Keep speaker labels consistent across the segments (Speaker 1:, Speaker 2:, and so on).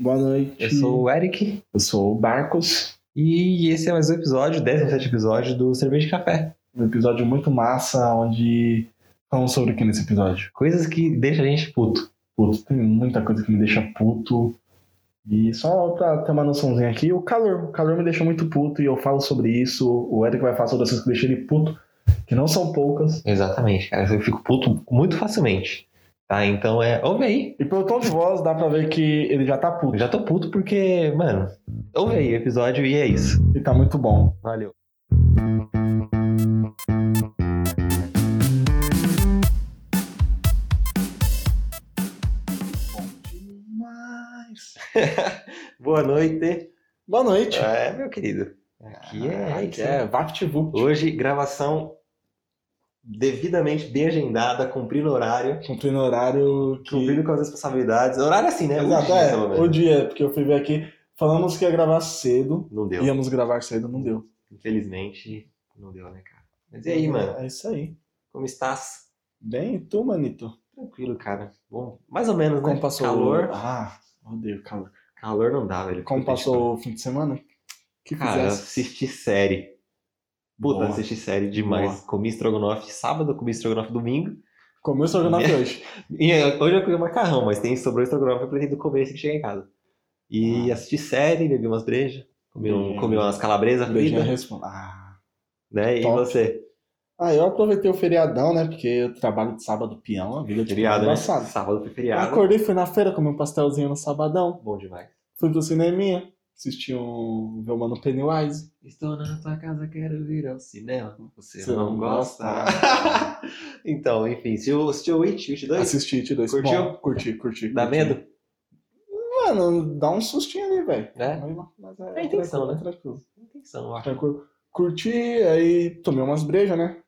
Speaker 1: Boa noite.
Speaker 2: Eu sou o Eric.
Speaker 1: Eu sou o Marcos.
Speaker 2: E esse é mais um episódio, 17 episódio do Cerveja de Café.
Speaker 1: Um episódio muito massa, onde falamos sobre o que nesse episódio?
Speaker 2: Coisas que deixam a gente puto.
Speaker 1: Puto, tem muita coisa que me deixa puto. E só pra ter uma noçãozinha aqui, o calor. O calor me deixa muito puto e eu falo sobre isso. O Eric vai falar sobre as coisas que deixam ele puto, que não são poucas.
Speaker 2: Exatamente, cara. Eu fico puto muito facilmente. Tá? Então é. Ouve aí.
Speaker 1: E pelo tom de voz dá pra ver que ele já tá puto.
Speaker 2: Eu já tô puto porque, mano, ouve aí o episódio e é isso.
Speaker 1: E tá muito bom.
Speaker 2: Valeu.
Speaker 1: Demais.
Speaker 2: Boa noite.
Speaker 1: Boa noite.
Speaker 2: É, meu querido. Aqui é.
Speaker 1: Ah,
Speaker 2: isso.
Speaker 1: é VaptVupt.
Speaker 2: Hoje, gravação devidamente bem agendada, cumprindo o horário,
Speaker 1: Cumprindo horário que...
Speaker 2: cumprindo com as responsabilidades. Horário assim, né?
Speaker 1: Exato,
Speaker 2: Hoje,
Speaker 1: é,
Speaker 2: pelo menos.
Speaker 1: o dia, porque eu fui ver aqui. Falamos que ia gravar cedo,
Speaker 2: Não deu.
Speaker 1: íamos gravar cedo, não deu.
Speaker 2: Infelizmente, não deu, né, cara? Mas e aí, mano?
Speaker 1: É isso aí.
Speaker 2: Como estás?
Speaker 1: Bem, e tu, manito?
Speaker 2: Tranquilo, cara. Bom, mais ou menos, né?
Speaker 1: Como passou
Speaker 2: Calor,
Speaker 1: Ah, odeio calor.
Speaker 2: calor não dá, velho.
Speaker 1: Como
Speaker 2: Puta,
Speaker 1: passou o fim de semana? Que
Speaker 2: tipo, Cara,
Speaker 1: fizesse?
Speaker 2: assisti série. Puta,
Speaker 1: Boa.
Speaker 2: assisti série demais.
Speaker 1: Boa.
Speaker 2: Comi estrogonofe sábado, comi estrogonofe domingo.
Speaker 1: Comeu estrogonofe hoje.
Speaker 2: E eh, hoje eu comi macarrão, mas tem sobrou estrogonofe, eu pretendo comer assim que chegar em casa. E
Speaker 1: Ah.
Speaker 2: assisti série, bebi umas brejas, comi, um,
Speaker 1: Beijinho.
Speaker 2: comi umas calabresas
Speaker 1: Beijinho
Speaker 2: fritas,
Speaker 1: responde. Ah.
Speaker 2: né? E
Speaker 1: Top.
Speaker 2: você?
Speaker 1: ah, eu aproveitei o feriadão, né? Porque eu trabalho de sábado peão, a vida de
Speaker 2: Feriado,
Speaker 1: peão é
Speaker 2: né?
Speaker 1: engraçada.
Speaker 2: Sábado foi feriado.
Speaker 1: Acordei, fui na feira, comi um pastelzinho no sabadão.
Speaker 2: Bom demais.
Speaker 1: Fui pro cineminha, assisti um... Ver o Mano Pennywise.
Speaker 2: Estou na sua casa, quero ir ao cinema. Você,
Speaker 1: Você
Speaker 2: não,
Speaker 1: não
Speaker 2: gosta?
Speaker 1: gosta.
Speaker 2: então, enfim, se o se o Witch, Witch 2,
Speaker 1: Assisti, It 2.
Speaker 2: Curtiu?
Speaker 1: Bom, curti, curti.
Speaker 2: dá
Speaker 1: curti.
Speaker 2: medo,
Speaker 1: Mano, dá um sustinho ali, velho.
Speaker 2: né?
Speaker 1: Mas é,
Speaker 2: É a intenção,
Speaker 1: tranquilo, Tranquilo,
Speaker 2: Não tem som, eu acho.
Speaker 1: Ah, tranquilo. Curti, aí tomei umas brejas, né?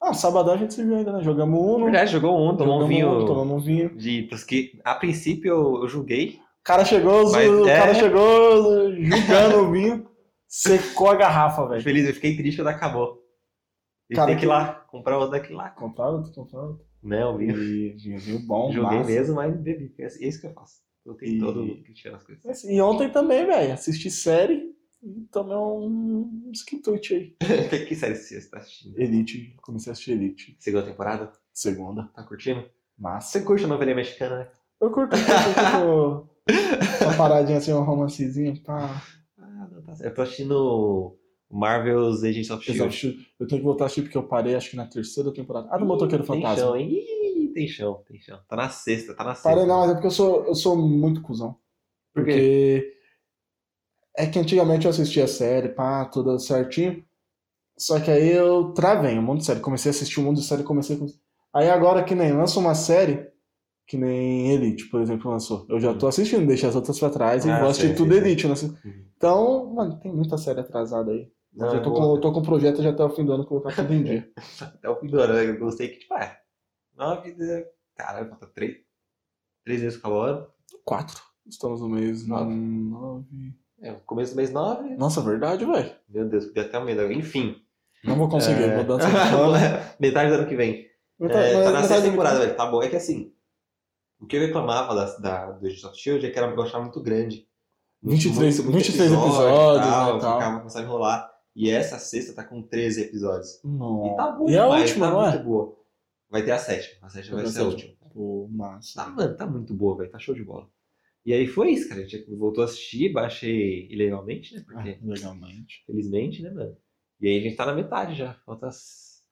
Speaker 1: Ah, sabadão a gente se viu ainda, né? Jogamos Uno.
Speaker 2: Já jogou um, tomou um
Speaker 1: jogamos
Speaker 2: vinho
Speaker 1: Uno, tomamos um vinho.
Speaker 2: de... Porque a princípio eu, eu julguei.
Speaker 1: O cara chegou, zo-
Speaker 2: Mas
Speaker 1: o
Speaker 2: é.
Speaker 1: cara chegou zo- julgando o vinho, secou a garrafa, velho.
Speaker 2: Feliz, eu fiquei triste quando acabou. E
Speaker 1: Cara, então
Speaker 2: tem que ir
Speaker 1: que-
Speaker 2: lá, comprar outro daqui lá.
Speaker 1: Comprar outro, comprar outro.
Speaker 2: Né, o vinho.
Speaker 1: E vinho, vinho bom,
Speaker 2: Joguei
Speaker 1: Então, massa.
Speaker 2: mesmo, mas bebi. É isso que eu faço. Eu tenho
Speaker 1: E-
Speaker 2: todo que tirar as coisas.
Speaker 1: Mas, E ontem também, velho. Assisti série e tomei um, um quitutes aí.
Speaker 2: que série você está assistindo?
Speaker 1: Elite, comecei a assistir Elite.
Speaker 2: Segunda temporada?
Speaker 1: Segunda,
Speaker 2: Tá curtindo?
Speaker 1: massa.
Speaker 2: Você curte a novela mexicana, né?
Speaker 1: Eu curto, eu curto, eu curto uma paradinha assim, um romancezinho, pá.
Speaker 2: Ah, não tá certo. Eu tô assistindo Marvel's Agents of
Speaker 1: Eu,
Speaker 2: S.H.I.E.L.D.
Speaker 1: eu tenho que voltar a assistir porque eu parei, acho que na terceira temporada. Ah, do Motoqueiro
Speaker 2: Ih, tem
Speaker 1: Fantasma.
Speaker 2: chão, hein? Ih, tem chão, tem chão. Tá na sexta, tá na sexta.
Speaker 1: Parei não, mas é porque eu sou, eu sou muito cuzão.
Speaker 2: Por quê?
Speaker 1: Porque é que antigamente eu assistia a série, pá, tudo certinho. Só que aí eu travei um monte de série. Comecei a assistir um monte de série, comecei, comecei. Aí agora que nem lança uma série, que nem Elite, por exemplo, lançou. Eu já tô assistindo, deixei as outras pra trás e
Speaker 2: Ah,
Speaker 1: vou assistir
Speaker 2: sei,
Speaker 1: tudo
Speaker 2: sei, sei.
Speaker 1: Elite. eu não assisto.
Speaker 2: Uhum.
Speaker 1: Então, mano, tem muita série atrasada aí.
Speaker 2: Não,
Speaker 1: já
Speaker 2: eu
Speaker 1: tô
Speaker 2: vou-
Speaker 1: com, eu tô com um projeto já até o fim do ano colocar tudo em dia.
Speaker 2: até o fim do ano, né? Eu gostei que, tipo, é. Nove. de- Caralho, falta três. Três meses acabou o ano.
Speaker 1: Quatro. Estamos no mês
Speaker 2: Nove.
Speaker 1: hum, nove.
Speaker 2: É, começo do mês nove.
Speaker 1: Nossa, verdade, velho.
Speaker 2: Meu Deus, deu até medo. Enfim.
Speaker 1: Não vou conseguir,
Speaker 2: É.
Speaker 1: vou dar essa semana.
Speaker 2: Metade do ano que vem.
Speaker 1: Metade-
Speaker 2: É,
Speaker 1: mas
Speaker 2: tá na
Speaker 1: metade
Speaker 2: sexta
Speaker 1: do-
Speaker 2: temporada, velho. Tá bom. É que assim. O que eu reclamava da, da, do Agents of Shield é que era, eu achava muito grande.
Speaker 1: 23 23
Speaker 2: e
Speaker 1: episódios, né, tal.
Speaker 2: Ficava começando a enrolar. E essa sexta tá com 13 episódios.
Speaker 1: Não.
Speaker 2: E tá boa,
Speaker 1: E a
Speaker 2: demais,
Speaker 1: última,
Speaker 2: tá
Speaker 1: não é?
Speaker 2: muito boa. Vai ter a sétima. A sétima
Speaker 1: Vai
Speaker 2: vai
Speaker 1: ter
Speaker 2: ser
Speaker 1: a
Speaker 2: a
Speaker 1: sétima.
Speaker 2: última.
Speaker 1: Pô, massa.
Speaker 2: Tá, mano, tá muito boa, velho. Tá show de bola. E aí foi isso, cara. A gente voltou a assistir, baixei ilegalmente, né?
Speaker 1: Ah,
Speaker 2: Porque,
Speaker 1: legalmente.
Speaker 2: felizmente, né, mano? E aí a gente tá na metade já. Falta.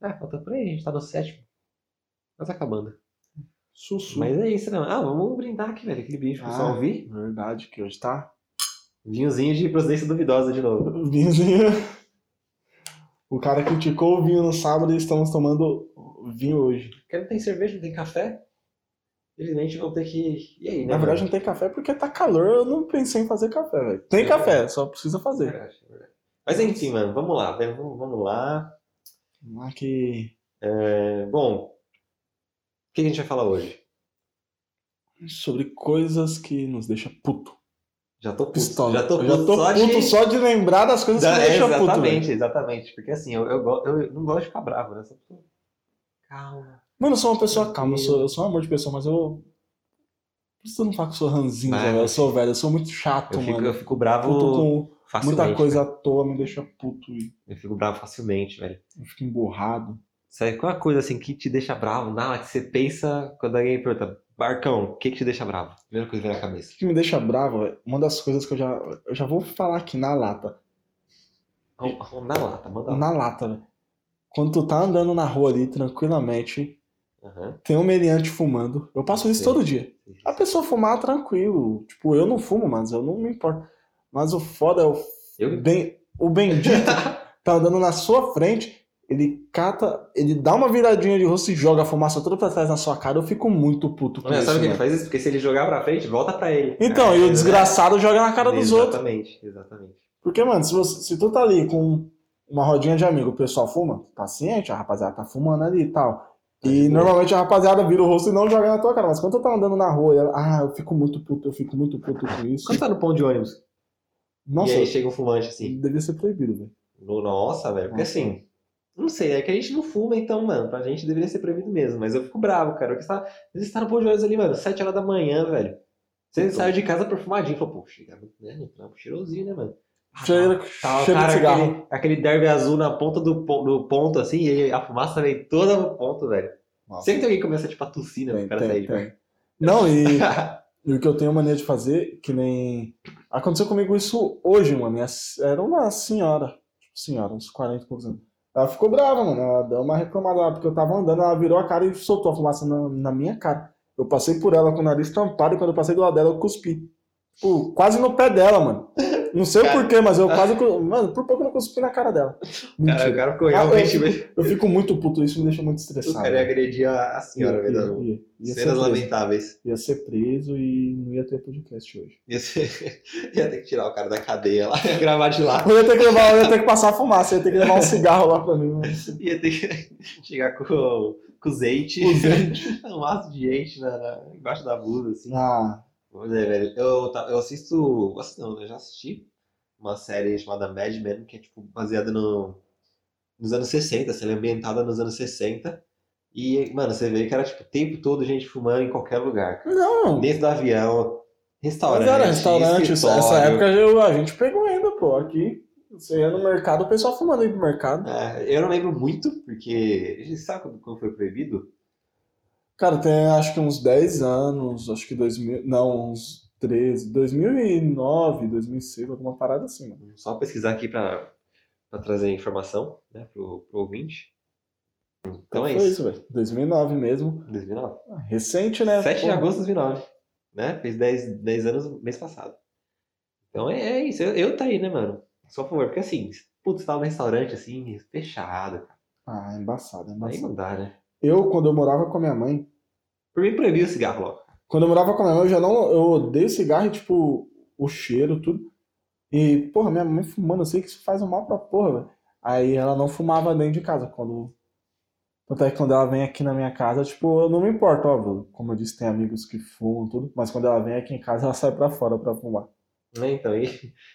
Speaker 2: É, falta por aí, a gente tá no sétimo. Mas tá acabando.
Speaker 1: Sussu.
Speaker 2: Mas é isso, né? mano? Ah, vamos brindar aqui, velho. Aquele bicho que eu
Speaker 1: Ah.
Speaker 2: só ouvi.
Speaker 1: Verdade, que hoje tá.
Speaker 2: Vinhozinho de procedência duvidosa de novo.
Speaker 1: Vinhozinho. O cara criticou o vinho no sábado e estamos tomando vinho hoje.
Speaker 2: Porque não tem cerveja, não tem café. Felizmente vão ter que. E aí, né?
Speaker 1: Na verdade,
Speaker 2: mano?
Speaker 1: não tem café porque tá calor, eu não pensei em fazer café, velho. Tem
Speaker 2: É.
Speaker 1: café, só precisa
Speaker 2: É
Speaker 1: fazer.
Speaker 2: verdade, é verdade. Mas enfim, mano, vamos lá, velho. Vamos, vamos lá.
Speaker 1: Lá que.
Speaker 2: É, bom. O que a gente vai falar hoje?
Speaker 1: Sobre coisas que nos deixa puto.
Speaker 2: Já tô puto.
Speaker 1: Pistola.
Speaker 2: Já tô
Speaker 1: Eu
Speaker 2: puto,
Speaker 1: já tô
Speaker 2: só
Speaker 1: puto
Speaker 2: de...
Speaker 1: só de lembrar das coisas que
Speaker 2: Da-
Speaker 1: me deixa puto.
Speaker 2: exatamente,
Speaker 1: velho.
Speaker 2: exatamente. Porque assim, eu, eu, go- eu não gosto de ficar bravo, né? Só tô- Calma.
Speaker 1: Mano, eu sou uma pessoa calma, eu sou, eu sou um amor de pessoa, mas eu. Por isso eu não falo que eu sou ranzinza,
Speaker 2: Ah,
Speaker 1: velho. Eu
Speaker 2: mas-
Speaker 1: sou velho, eu sou muito chato,
Speaker 2: Eu fico, né?
Speaker 1: mano.
Speaker 2: eu fico bravo
Speaker 1: Puto com
Speaker 2: facilmente.
Speaker 1: muita coisa
Speaker 2: velho.
Speaker 1: à toa me deixa puto e
Speaker 2: Eu fico bravo facilmente, velho.
Speaker 1: eu fico emborrado.
Speaker 2: Sabe qual é a coisa assim que te deixa bravo? Na hora que você pensa, quando alguém pergunta, Barcão, o que, que te deixa bravo? Primeira coisa que vem na
Speaker 1: O
Speaker 2: cabeça.
Speaker 1: que me deixa bravo, velho, uma das coisas que eu já, eu já vou falar aqui na lata.
Speaker 2: Arrum- arrum- Na lata, manda lá.
Speaker 1: Na lata, velho. Quando tu tá andando na rua ali, tranquilamente,
Speaker 2: Aham.
Speaker 1: tem um meliante fumando. Eu passo isso
Speaker 2: Sim.
Speaker 1: todo dia. A pessoa fumar, tranquilo. Tipo, eu não fumo, mas eu não me importo. Mas o foda é o,
Speaker 2: Eu?
Speaker 1: ben, o bendito tá andando na sua frente, ele cata, ele dá uma viradinha de rosto e joga a fumaça toda pra trás na sua cara. Eu fico muito puto com
Speaker 2: Não,
Speaker 1: isso.
Speaker 2: sabe o que ele
Speaker 1: mano.
Speaker 2: faz isso? Porque se ele jogar pra frente, volta pra ele.
Speaker 1: Então,
Speaker 2: É,
Speaker 1: e o
Speaker 2: né?
Speaker 1: desgraçado joga na cara dos outros.
Speaker 2: Exatamente, exatamente.
Speaker 1: Porque, mano, se, você- se tu tá ali com uma rodinha de amigo, o pessoal fuma, paciente, a rapaziada tá fumando ali e tal. E
Speaker 2: Tá de boa.
Speaker 1: normalmente a rapaziada vira o rosto e não joga na tua cara. Mas quando tu tá andando na rua, e ela, ah, eu fico muito puto, eu fico muito puto com isso.
Speaker 2: Quando tá no pão de ônibus
Speaker 1: Nossa,
Speaker 2: e aí chega um fumante assim.
Speaker 1: devia ser proibido, velho.
Speaker 2: no- Nossa, velho, porque
Speaker 1: Nossa.
Speaker 2: assim. Não sei, é que a gente não fuma, então, mano, pra gente deveria ser proibido mesmo. Mas eu fico bravo, cara. Porque você tá, você tá no pão de ônibus ali, mano, 7 horas da manhã, velho. Você
Speaker 1: Então.
Speaker 2: saiu de casa perfumadinho. Falou, pô, chega né, no trampo, cheirosinho, né, mano? Ah,
Speaker 1: Cheiro,
Speaker 2: Tá, o
Speaker 1: cheiro de
Speaker 2: cara,
Speaker 1: cigarro.
Speaker 2: aquele, aquele derby azul na ponta do, pon- do ponto, assim, e a fumaça vem toda no ponto, velho.
Speaker 1: Nossa.
Speaker 2: Sempre tem alguém que começa, tipo, a tossir, né,
Speaker 1: Tem,
Speaker 2: pro cara
Speaker 1: tem,
Speaker 2: sair. de
Speaker 1: tem.
Speaker 2: perto.
Speaker 1: Não, e e o que eu tenho mania de fazer, que nem. Aconteceu comigo isso hoje, mano. e a s- Era uma senhora, tipo, senhora, uns 40 e poucos anos. Ela ficou brava, mano. Ela deu uma reclamada lá, porque eu tava andando, ela virou a cara e soltou a fumaça na, na minha cara. Eu passei por ela com o nariz tampado e quando eu passei do lado dela, eu cuspi. Tipo, quase no pé dela, mano. Não sei o
Speaker 2: Cara.
Speaker 1: porquê, mas eu quase. cu- Mano, por pouco eu não cuspi na cara dela.
Speaker 2: Cara,
Speaker 1: Mentira.
Speaker 2: o cara ficou
Speaker 1: Ah,
Speaker 2: realmente...
Speaker 1: Eu fico muito puto, isso me deixa muito
Speaker 2: O
Speaker 1: estressado.
Speaker 2: cara agredia a senhora,
Speaker 1: ia,
Speaker 2: velho.
Speaker 1: ia, ia, ia, ser
Speaker 2: Cenas
Speaker 1: preso,
Speaker 2: lamentáveis.
Speaker 1: ia ser preso e não ia ter podcast hoje.
Speaker 2: Ia, ser- ia ter que tirar o cara da cadeia lá, ia gravar de lá.
Speaker 1: Eu ia ter que levar, eu ia ter que passar a fumaça, eu ia ter que levar um cigarro lá pra mim. mas-
Speaker 2: Ia ter que chegar com, com zeite,
Speaker 1: Com zeite.
Speaker 2: um maço de gente na, na- embaixo da blusa, assim.
Speaker 1: Ah,
Speaker 2: Vamos ver, velho. Eu, ta- eu assisto. Assim, não, eu já assisti uma série chamada Mad Men, que é tipo baseada no, nos anos 60, assim, ela é ambientada nos anos 60. E, mano, você vê que era tipo o tempo todo gente fumando em qualquer lugar. cara.
Speaker 1: não.
Speaker 2: Dentro do avião, restaurante.
Speaker 1: Mas era restaurante, essa- essa
Speaker 2: escritório.
Speaker 1: época eu- a gente pegou ainda, pô. Aqui, você ia no mercado, o pessoal fumando aí pro mercado.
Speaker 2: É, eu não lembro muito, porque. A gente sabe quando, quando foi proibido?
Speaker 1: Cara, tem acho que uns 10 anos, acho que 2000, não, uns 13, 2009, 2006, alguma parada assim, mano.
Speaker 2: Vamos Só pesquisar aqui pra, pra trazer informação, né, pro, pro ouvinte. Então é
Speaker 1: Foi
Speaker 2: isso.
Speaker 1: isso, velho. 2009 mesmo.
Speaker 2: 2009.
Speaker 1: Recente, né?
Speaker 2: 7 de
Speaker 1: Pô,
Speaker 2: agosto de 2009, né? Fez 10, 10 anos mês passado. Então é, é isso, eu, eu tá aí, né, mano? Só por favor, porque assim, putz, você tava num restaurante assim, fechado, cara.
Speaker 1: Ah, embaçado,
Speaker 2: Aí
Speaker 1: embaçado.
Speaker 2: não dá, né?
Speaker 1: Eu, quando eu morava com a minha mãe,
Speaker 2: Por mim proibiu o cigarro logo.
Speaker 1: Quando eu morava com a minha mãe, eu já não. Eu odeio cigarro, e, tipo, o cheiro, tudo. E, porra, minha mãe fumando, eu sei que isso faz um mal pra porra, velho. Aí ela não fumava dentro de casa. Quando. Tanto é que quando ela vem aqui na minha casa, tipo, eu não me importo, óbvio. Como eu disse, tem amigos que fumam, tudo. Mas quando ela vem aqui em casa, ela sai pra fora pra fumar.
Speaker 2: Né, então, e,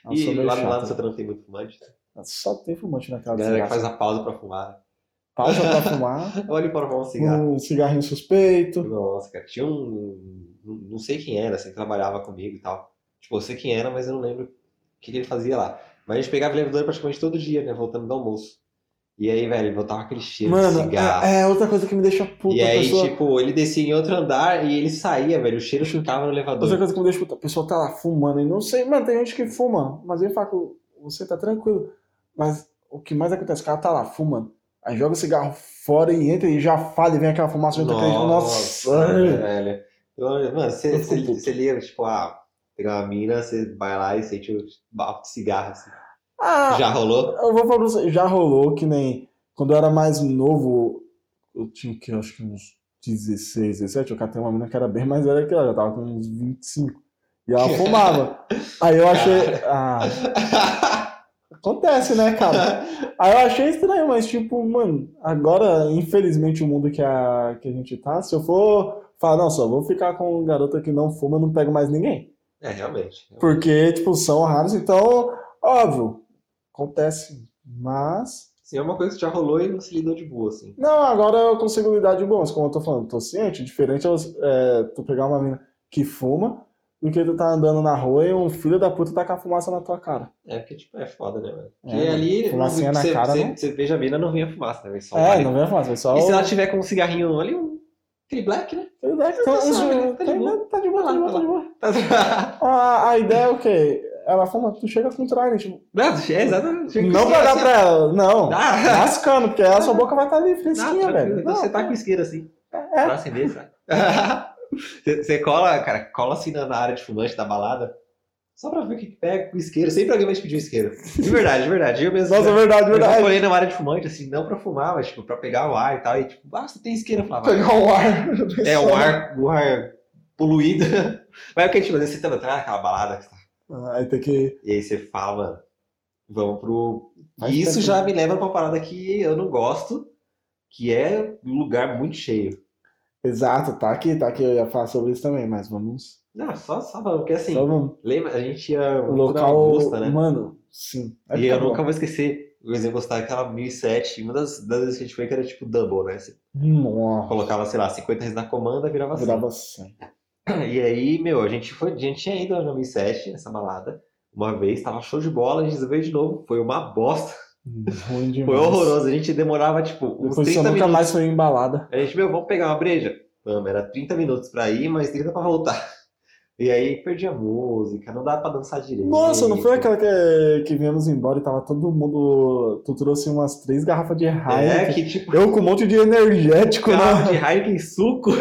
Speaker 1: Eu sou
Speaker 2: e
Speaker 1: meio
Speaker 2: lá,
Speaker 1: chato,
Speaker 2: lá no seu
Speaker 1: velho.
Speaker 2: trampo tem muito fumante.
Speaker 1: Só tem fumante na
Speaker 2: A
Speaker 1: casa
Speaker 2: galera
Speaker 1: dela.
Speaker 2: que faz a pausa pra fumar.
Speaker 1: Pausa pra fumar,
Speaker 2: Olha para fumar um cigarro.
Speaker 1: um cigarrinho suspeito.
Speaker 2: Nossa, cara, tinha um. Não não sei quem era, assim, que trabalhava comigo e tal. Tipo, eu sei quem era, mas eu não lembro o que, que ele fazia lá. Mas a gente pegava o elevador praticamente todo dia, né? Voltando do almoço. E aí, velho, voltava aquele cheiro de
Speaker 1: Mano,
Speaker 2: cigarro.
Speaker 1: é, é outra coisa que me deixa puta.
Speaker 2: e
Speaker 1: a
Speaker 2: aí,
Speaker 1: pessoa...
Speaker 2: tipo, ele descia em outro andar e ele saía, velho. O cheiro chutava no
Speaker 1: Outra
Speaker 2: elevador.
Speaker 1: coisa que me deixa puta, a pessoa tá lá fumando e não sei, mano, tem gente que fuma, mas ele fala que você tá tranquilo. Mas o que mais acontece? O cara tá lá fumando, aí joga o cigarro fora e entra e já fala e vem aquela fumaça junto com aquele- Nossa! ai.
Speaker 2: velho. Então, Mano, você,
Speaker 1: Eu fico
Speaker 2: você,
Speaker 1: puto.
Speaker 2: você liga, tipo, ah, pegar uma mina, você vai lá e sente o bafo de cigarro, assim.
Speaker 1: Ah,
Speaker 2: Já rolou?
Speaker 1: eu vou falar pra você, já rolou que nem quando eu era mais novo, eu tinha que, acho que uns 16, 17, eu catei uma menina que era bem mais velha que ela, já tava com uns 25. E ela fumava. Aí eu achei. Ah, acontece, né, cara? Aí eu achei estranho, mas tipo, mano, agora, infelizmente, o mundo que a, que a gente tá, se eu for falar, não, só vou ficar com um garoto que não fuma, eu não pego mais ninguém.
Speaker 2: é, realmente.
Speaker 1: Porque, tipo, são raros, então, óbvio, acontece. Mas.
Speaker 2: Sim, é uma coisa que já rolou e você lidou de boa, assim.
Speaker 1: Não, agora eu consigo lidar de boas, como eu tô falando, tô ciente, diferente é, você- é, tu pegar uma mina. que fuma do que tu tá andando na rua e um filho da puta tá com a fumaça na tua cara.
Speaker 2: É porque, tipo, é foda, né, mano? Porque
Speaker 1: mano,
Speaker 2: ali,
Speaker 1: fumacinha na
Speaker 2: você,
Speaker 1: cara,
Speaker 2: você,
Speaker 1: não-
Speaker 2: você veja bem, não vinha fumaça, né? vem Só o
Speaker 1: é,
Speaker 2: barulho.
Speaker 1: não vem a fumaça, é só.
Speaker 2: E
Speaker 1: o-
Speaker 2: se ela tiver com um cigarrinho ali, um... aquele black, né?
Speaker 1: Ele deve ter
Speaker 2: Tá
Speaker 1: uns-
Speaker 2: suave, né? Tá de boa.
Speaker 1: Tá de boa, tá de boa, tá de boa.
Speaker 2: Tá-
Speaker 1: A, a ideia é o quê? Ela fuma, tu chega com trident. Tipo,
Speaker 2: Não, é exatamente.
Speaker 1: não pra
Speaker 2: assim.
Speaker 1: dar pra ela, não.
Speaker 2: Ah,
Speaker 1: Lascando, porque a sua boca vai estar ali, fresquinha,
Speaker 2: tranquilo.
Speaker 1: velho.
Speaker 2: Então
Speaker 1: Não,
Speaker 2: você tá com isqueiro assim.
Speaker 1: É.
Speaker 2: Pra acender, sabe? Você você cola, cara, cola assim na na área de fumante da balada. Só pra ver o que que pega com isqueiro. Sempre alguém vai te pedir um isqueiro. De verdade, de verdade. Eu mesmo.
Speaker 1: Nossa, é verdade,
Speaker 2: eu já
Speaker 1: verdade.
Speaker 2: colei na área de fumante, assim, não pra fumar, mas tipo, pra pegar o ar e tal. E tipo, ah, você tem isqueiro. Eu falava,
Speaker 1: Pegar o ar.
Speaker 2: é, o ar, o ar poluído. Mas o que a gente fazia? Você tá entrando naquela balada que você tá
Speaker 1: Aí tem que.
Speaker 2: E aí você fala, mano, vamos pro.
Speaker 1: Mas
Speaker 2: E isso
Speaker 1: tem-
Speaker 2: já me leva pra uma parada que eu não gosto, que é um lugar muito cheio.
Speaker 1: Exato, tá aqui, tá aqui. Eu ia falar sobre isso também, mas vamos.
Speaker 2: Não, só, só falando, porque assim,
Speaker 1: Só vamos.
Speaker 2: lembra, a gente ia
Speaker 1: O
Speaker 2: muito na
Speaker 1: local.
Speaker 2: Augusta, né?
Speaker 1: Mano, sim. É
Speaker 2: e é
Speaker 1: Época
Speaker 2: eu
Speaker 1: boa.
Speaker 2: nunca vou esquecer. Eu ia gostar daquela 1007, uma das, das vezes que a gente foi que era tipo double, né? Você
Speaker 1: Nossa.
Speaker 2: colocava, sei lá, 50 reais na comanda, virava assim.
Speaker 1: Virava assim.
Speaker 2: E aí, meu, a gente foi, a gente tinha ido na 1007, nessa balada, uma vez, tava show de bola, a gente veio de novo, foi uma bosta,
Speaker 1: Ruim demais.
Speaker 2: foi horroroso, a gente demorava tipo uns
Speaker 1: Depois você
Speaker 2: 30
Speaker 1: nunca
Speaker 2: minutos.
Speaker 1: mais foi embalada.
Speaker 2: A gente, meu, vamos pegar uma breja? Vamos, era 30 minutos pra ir, mas 30 pra voltar. E aí perdi a música, não dava pra dançar direito.
Speaker 1: Nossa, não foi aquela que, que viemos embora e tava todo mundo. Tu trouxe umas três garrafas de
Speaker 2: É,
Speaker 1: Heineken.
Speaker 2: que tipo,
Speaker 1: Eu com um monte de energético, né?
Speaker 2: carro de Heineken em suco.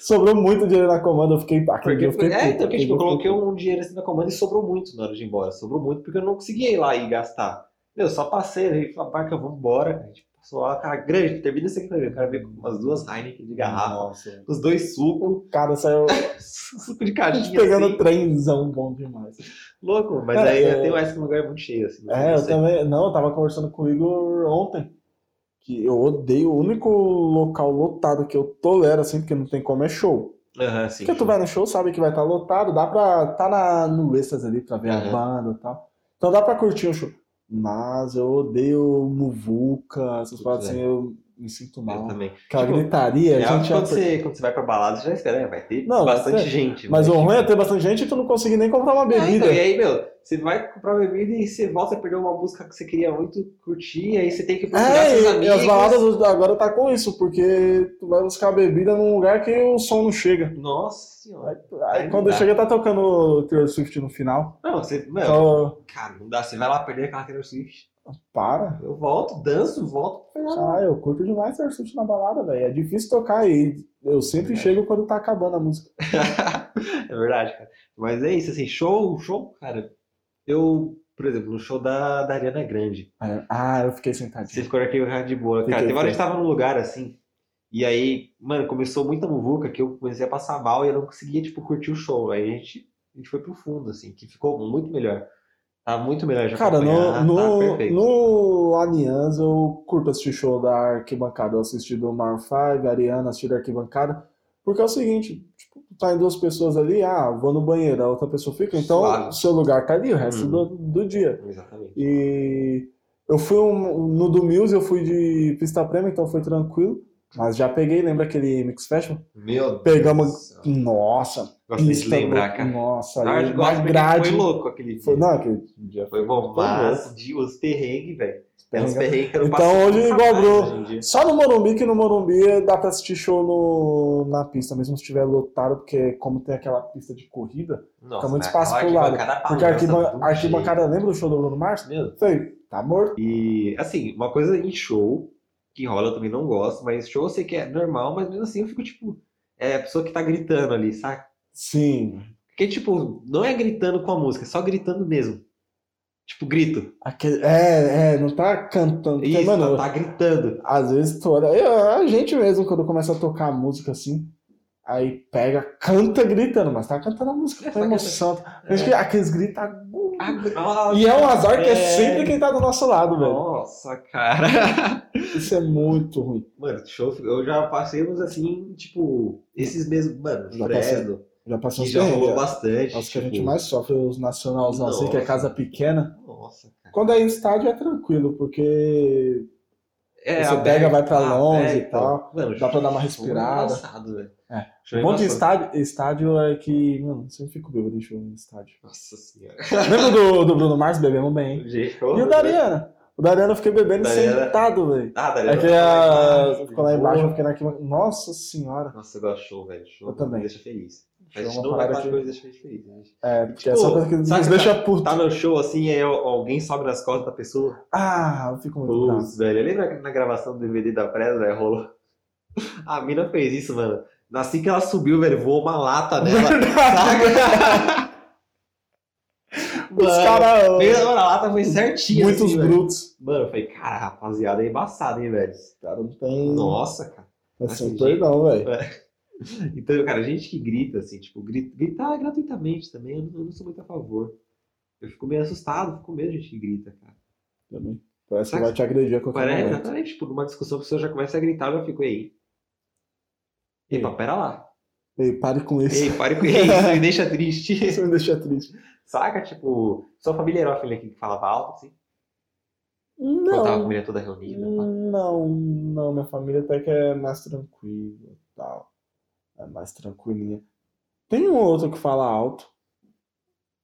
Speaker 1: Sobrou muito dinheiro na comanda, eu fiquei. Aquele
Speaker 2: Porque,
Speaker 1: dia eu fiquei
Speaker 2: é,
Speaker 1: puto,
Speaker 2: então, porque
Speaker 1: aquele
Speaker 2: tipo, eu
Speaker 1: dia
Speaker 2: coloquei
Speaker 1: fiquei
Speaker 2: um dinheiro assim na comanda e sobrou muito na hora de ir embora. Sobrou muito porque eu não conseguia ir lá e gastar. Meu, só passei, aí falei, "Ah, Barca, vamos embora. A gente passou lá, cara, grande, termina isso aqui pra mim. O cara veio com umas duas Heineken de
Speaker 1: puto.
Speaker 2: garrafa,
Speaker 1: Nossa.
Speaker 2: os dois sucos,
Speaker 1: O cara saiu
Speaker 2: suco de caixinha
Speaker 1: pegando
Speaker 2: assim.
Speaker 1: trenzão bom demais.
Speaker 2: Louco, mas
Speaker 1: Cara,
Speaker 2: aí
Speaker 1: é-
Speaker 2: tem mais que um lugar muito cheio, assim. não sei
Speaker 1: É, eu
Speaker 2: você.
Speaker 1: também. Não, eu tava conversando com o Igor ontem. Que eu odeio. O único local lotado que eu tolero, assim, porque não tem como é show.
Speaker 2: Aham, sim.
Speaker 1: Porque tu vai no show, sabe que vai estar lotado, dá pra tá na, no extras ali pra ver a
Speaker 2: Aham.
Speaker 1: banda e tal. Então dá pra curtir o show. Mas eu odeio muvuca, essas
Speaker 2: Putz,
Speaker 1: paradas
Speaker 2: é.
Speaker 1: assim, eu me sinto
Speaker 2: Eu
Speaker 1: mal.
Speaker 2: também.
Speaker 1: Aquela
Speaker 2: Tipo,
Speaker 1: gritaria,
Speaker 2: É
Speaker 1: a
Speaker 2: algo
Speaker 1: gente
Speaker 2: que
Speaker 1: ia
Speaker 2: quando, você, quando você vai pra balada, você já espera, né? Vai ter
Speaker 1: Não,
Speaker 2: bastante
Speaker 1: mas-
Speaker 2: gente.
Speaker 1: Mas o
Speaker 2: vai-
Speaker 1: ruim é ter bastante gente e tu não conseguir nem comprar uma
Speaker 2: É,
Speaker 1: bebida.
Speaker 2: então, e aí, meu, você vai comprar bebida e você volta a perder uma música que você queria muito curtir, aí você tem que procurar
Speaker 1: É,
Speaker 2: seus
Speaker 1: e, e
Speaker 2: amigos.
Speaker 1: as baladas agora tá com isso, porque tu vai buscar a bebida num lugar que o som não chega.
Speaker 2: Nossa senhora.
Speaker 1: Aí
Speaker 2: Aí não
Speaker 1: quando
Speaker 2: dá. É.
Speaker 1: chega tá tocando o Taylor Swift no final.
Speaker 2: Não, você, meu,
Speaker 1: Então,
Speaker 2: cara, não dá. Você vai lá perder aquela Taylor Swift.
Speaker 1: para.
Speaker 2: Eu volto, danço, volto.
Speaker 1: Ah, eu curto demais Taylor Swift na balada, velho. É difícil tocar e eu sempre
Speaker 2: É.
Speaker 1: chego quando tá acabando a música.
Speaker 2: é verdade, cara. Mas é isso, assim, show, show, cara. Eu, por exemplo, no show da, da Ariana Grande.
Speaker 1: Aí eu- Ah, eu fiquei
Speaker 2: Você
Speaker 1: sentadinho.
Speaker 2: ficou naquele lugar de boa. Cara,
Speaker 1: Fiquei,
Speaker 2: teve hora que a gente
Speaker 1: fiquei.
Speaker 2: tava num lugar assim. E aí, mano, começou muita muvuca que eu comecei a passar mal e eu não conseguia, tipo, curtir o show. Aí a gente, a gente foi pro fundo, assim, que ficou muito melhor. Tá muito melhor já
Speaker 1: Cara, no,
Speaker 2: acompanhar, tá
Speaker 1: no,
Speaker 2: perfeito.
Speaker 1: no Allianz eu curto assistir show da arquibancada. Eu assisti do Mar 5, Ariana, assisti da arquibancada. Porque é o seguinte, tipo, tá em duas pessoas ali, ah, vou no banheiro, a outra pessoa fica, então
Speaker 2: Suave.
Speaker 1: o seu lugar tá ali o resto
Speaker 2: Uhum.
Speaker 1: do, do dia.
Speaker 2: Exatamente.
Speaker 1: E eu fui um- no do Mills, eu fui de pista prêmio, então foi tranquilo. Mas já peguei, lembra aquele Mix Fashion?
Speaker 2: Meu Deus.
Speaker 1: Pegamos-
Speaker 2: do céu.
Speaker 1: Nossa,
Speaker 2: Gostei de
Speaker 1: pista
Speaker 2: lembrar,
Speaker 1: do-
Speaker 2: cara.
Speaker 1: Nossa,
Speaker 2: Na hora
Speaker 1: ali
Speaker 2: de
Speaker 1: na
Speaker 2: gosto, porque
Speaker 1: grade.
Speaker 2: Foi louco aquele dia.
Speaker 1: Foi-
Speaker 2: Foi,
Speaker 1: não, é aquele dia foi
Speaker 2: bom,
Speaker 1: foi
Speaker 2: mas
Speaker 1: louco.
Speaker 2: de, os perrengues, velho. Eram Os
Speaker 1: Perrengue-
Speaker 2: perrengues que eu não
Speaker 1: Então,
Speaker 2: passei
Speaker 1: hoje
Speaker 2: nunca mais
Speaker 1: igualou.
Speaker 2: hoje em dia.
Speaker 1: Só no Morumbi, que no Morumbi dá pra assistir show no- na pista, mesmo se estiver lotado, porque como tem aquela pista de corrida,
Speaker 2: Nossa,
Speaker 1: muito
Speaker 2: mas
Speaker 1: espaço
Speaker 2: aquela
Speaker 1: pro lado,
Speaker 2: arquibancada
Speaker 1: porque a
Speaker 2: balança
Speaker 1: arquiban-
Speaker 2: de um
Speaker 1: a arquibancada lembra do show do Bruno Mars?
Speaker 2: jeito. Meu
Speaker 1: Sei, tá morto.
Speaker 2: E, assim, uma coisa em show, que rola eu também não gosto, mas show eu sei que é normal, mas mesmo assim eu fico tipo, é a pessoa que tá gritando ali, saca?
Speaker 1: Sim,
Speaker 2: Porque, tipo, não é gritando com a música, é só gritando mesmo. Tipo, grito.
Speaker 1: aquele, é, é, não tá cantando. porque,
Speaker 2: Isso,
Speaker 1: mano,
Speaker 2: tá, tá gritando.
Speaker 1: Às vezes toda. é A gente mesmo, quando começa a tocar a música assim, aí pega, canta gritando, mas tá cantando a música
Speaker 2: É,
Speaker 1: com
Speaker 2: tá
Speaker 1: emoção. Mas que- Aqueles gritos agudos.
Speaker 2: Ah, nossa,
Speaker 1: E é um azar que é
Speaker 2: é.
Speaker 1: sempre quem tá do nosso lado, velho.
Speaker 2: Nossa, cara.
Speaker 1: Isso é muito ruim.
Speaker 2: Mano, show, eu já passei uns assim, tipo, esses mesmos, mano,
Speaker 1: Já passei.
Speaker 2: Fresno,
Speaker 1: Já passou
Speaker 2: que
Speaker 1: uns
Speaker 2: já rolou
Speaker 1: perrengues.
Speaker 2: bastante.
Speaker 1: Os que a gente
Speaker 2: tipo,
Speaker 1: mais sofre, os nacionalzão assim, que é
Speaker 2: Nossa.
Speaker 1: casa pequena.
Speaker 2: Nossa, cara.
Speaker 1: Quando é em estádio é tranquilo, porque
Speaker 2: É,
Speaker 1: Você
Speaker 2: aberto,
Speaker 1: pega, vai pra
Speaker 2: tá
Speaker 1: longe e
Speaker 2: aberto.
Speaker 1: tal.
Speaker 2: Mano,
Speaker 1: Dá pra dar uma
Speaker 2: show
Speaker 1: respirada.
Speaker 2: embaçado, velho.
Speaker 1: É.
Speaker 2: Show
Speaker 1: Bom de
Speaker 2: embaçado.
Speaker 1: estádio, estádio é que. Mano, eu sempre fico bêbado em show em estádio.
Speaker 2: Nossa senhora.
Speaker 1: Lembra do, do Bruno Mars? Bebemos bem.
Speaker 2: Gente,
Speaker 1: E o da Ariana? O da Ariana eu fiquei bebendo
Speaker 2: Dariana-
Speaker 1: sentado, velho.
Speaker 2: Ah, Dariana.
Speaker 1: É que a... ficou lá embaixo, eu fiquei naquela. Nossa senhora.
Speaker 2: Nossa, eu gosto de show, velho. Show
Speaker 1: Eu também.
Speaker 2: Me deixa feliz. A
Speaker 1: Show é
Speaker 2: gente
Speaker 1: uma
Speaker 2: não vai
Speaker 1: parada
Speaker 2: falar de
Speaker 1: que-
Speaker 2: coisa que deixa a gente feliz. né?
Speaker 1: É, porque
Speaker 2: Tipo,
Speaker 1: é só coisa que
Speaker 2: sabe
Speaker 1: nos
Speaker 2: que
Speaker 1: deixa puto.
Speaker 2: Tá no show assim, e aí al- alguém sobe nas costas da pessoa.
Speaker 1: Ah, eu fico muito bravo.
Speaker 2: Putz, velho. Lembra na gravação do DVD da Presa, velho? Rolou. A mina fez isso, mano. Assim que ela subiu, velho, voou uma lata nela. Saca?
Speaker 1: Os
Speaker 2: Mano,
Speaker 1: caras.
Speaker 2: Veio na hora, a lata foi certinha.
Speaker 1: Muitos
Speaker 2: assim, velho.
Speaker 1: brutos.
Speaker 2: Mano, eu falei, cara, rapaziada, é embaçado, hein, velho.
Speaker 1: Cara, não tem.
Speaker 2: Nossa, cara.
Speaker 1: Assim,
Speaker 2: assim,
Speaker 1: perdão, velho.
Speaker 2: Então, cara, gente que grita, assim, tipo, grita, gritar gratuitamente também, eu não, eu não sou muito a favor. Eu fico meio assustado, fico com medo de gente que grita, cara.
Speaker 1: Também. Parece que
Speaker 2: Saca?
Speaker 1: vai te agredir a qualquer
Speaker 2: Parece,
Speaker 1: momento.
Speaker 2: exatamente, tipo, numa discussão a pessoa já começa a gritar, eu já fico, ei. Epa, pera lá.
Speaker 1: Ei, pare com isso.
Speaker 2: Ei, pare com isso, me deixa triste.
Speaker 1: Isso me deixa triste.
Speaker 2: Saca, tipo, sua família era uma família que falava alto, assim? Ou tava
Speaker 1: Não.
Speaker 2: a
Speaker 1: Hum.
Speaker 2: família toda reunida? pá?
Speaker 1: Não, não. Minha família até que é mais tranquila e tal. É mais tranquilinha. Tem um outro que fala alto.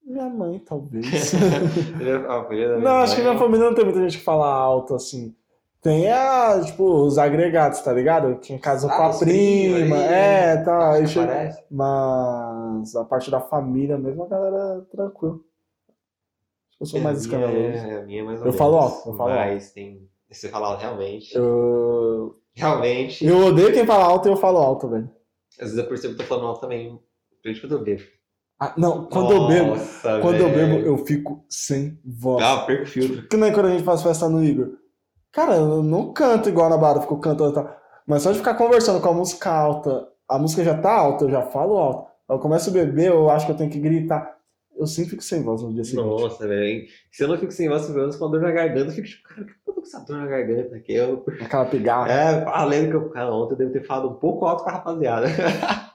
Speaker 1: Minha mãe, talvez.
Speaker 2: A família da minha
Speaker 1: Não, acho que
Speaker 2: mãe-
Speaker 1: minha família não tem muita gente que fala alto assim. Tem a, tipo, os agregados, tá ligado? Quem casou
Speaker 2: Ah,
Speaker 1: com a
Speaker 2: os primos
Speaker 1: prima,
Speaker 2: aí. Ah,
Speaker 1: é, tá. Aí chega-
Speaker 2: Parece.
Speaker 1: Mas a parte da família mesmo, a galera é tranquila. Acho que eu sou mais
Speaker 2: A minha-
Speaker 1: escandaloso.
Speaker 2: A minha é mais ou
Speaker 1: Eu falo
Speaker 2: menos,
Speaker 1: alto, eu falo
Speaker 2: Mas tem... Você fala alto, realmente.
Speaker 1: Eu,
Speaker 2: Realmente.
Speaker 1: eu odeio quem fala alto e eu falo alto, velho.
Speaker 2: Às vezes eu percebo que tô falando alto também. Principalmente quando eu bebo.
Speaker 1: Ah, não, quando eu bebo,
Speaker 2: Nossa,
Speaker 1: quando eu
Speaker 2: velho.
Speaker 1: bebo, eu fico sem voz.
Speaker 2: Ah, eu perco o filtro.
Speaker 1: Que nem quando a gente faz festa no Igor. Cara, eu não canto igual na barra, eu fico cantando e tal. Mas só de ficar conversando com a música alta, a música já tá alta, eu já falo alto. Eu começo a beber, eu acho que eu tenho que gritar. Eu sempre fico sem voz no dia seguinte.
Speaker 2: Nossa, velho. hein? Se eu não fico sem voz, pelo menos com a dor na garganta, eu fico tipo, cara, por que eu tô com essa dor na garganta aqui? Eu...
Speaker 1: Aquela pegada.
Speaker 2: É, além do que eu. Cara, ontem eu devo ter falado um pouco alto com a rapaziada.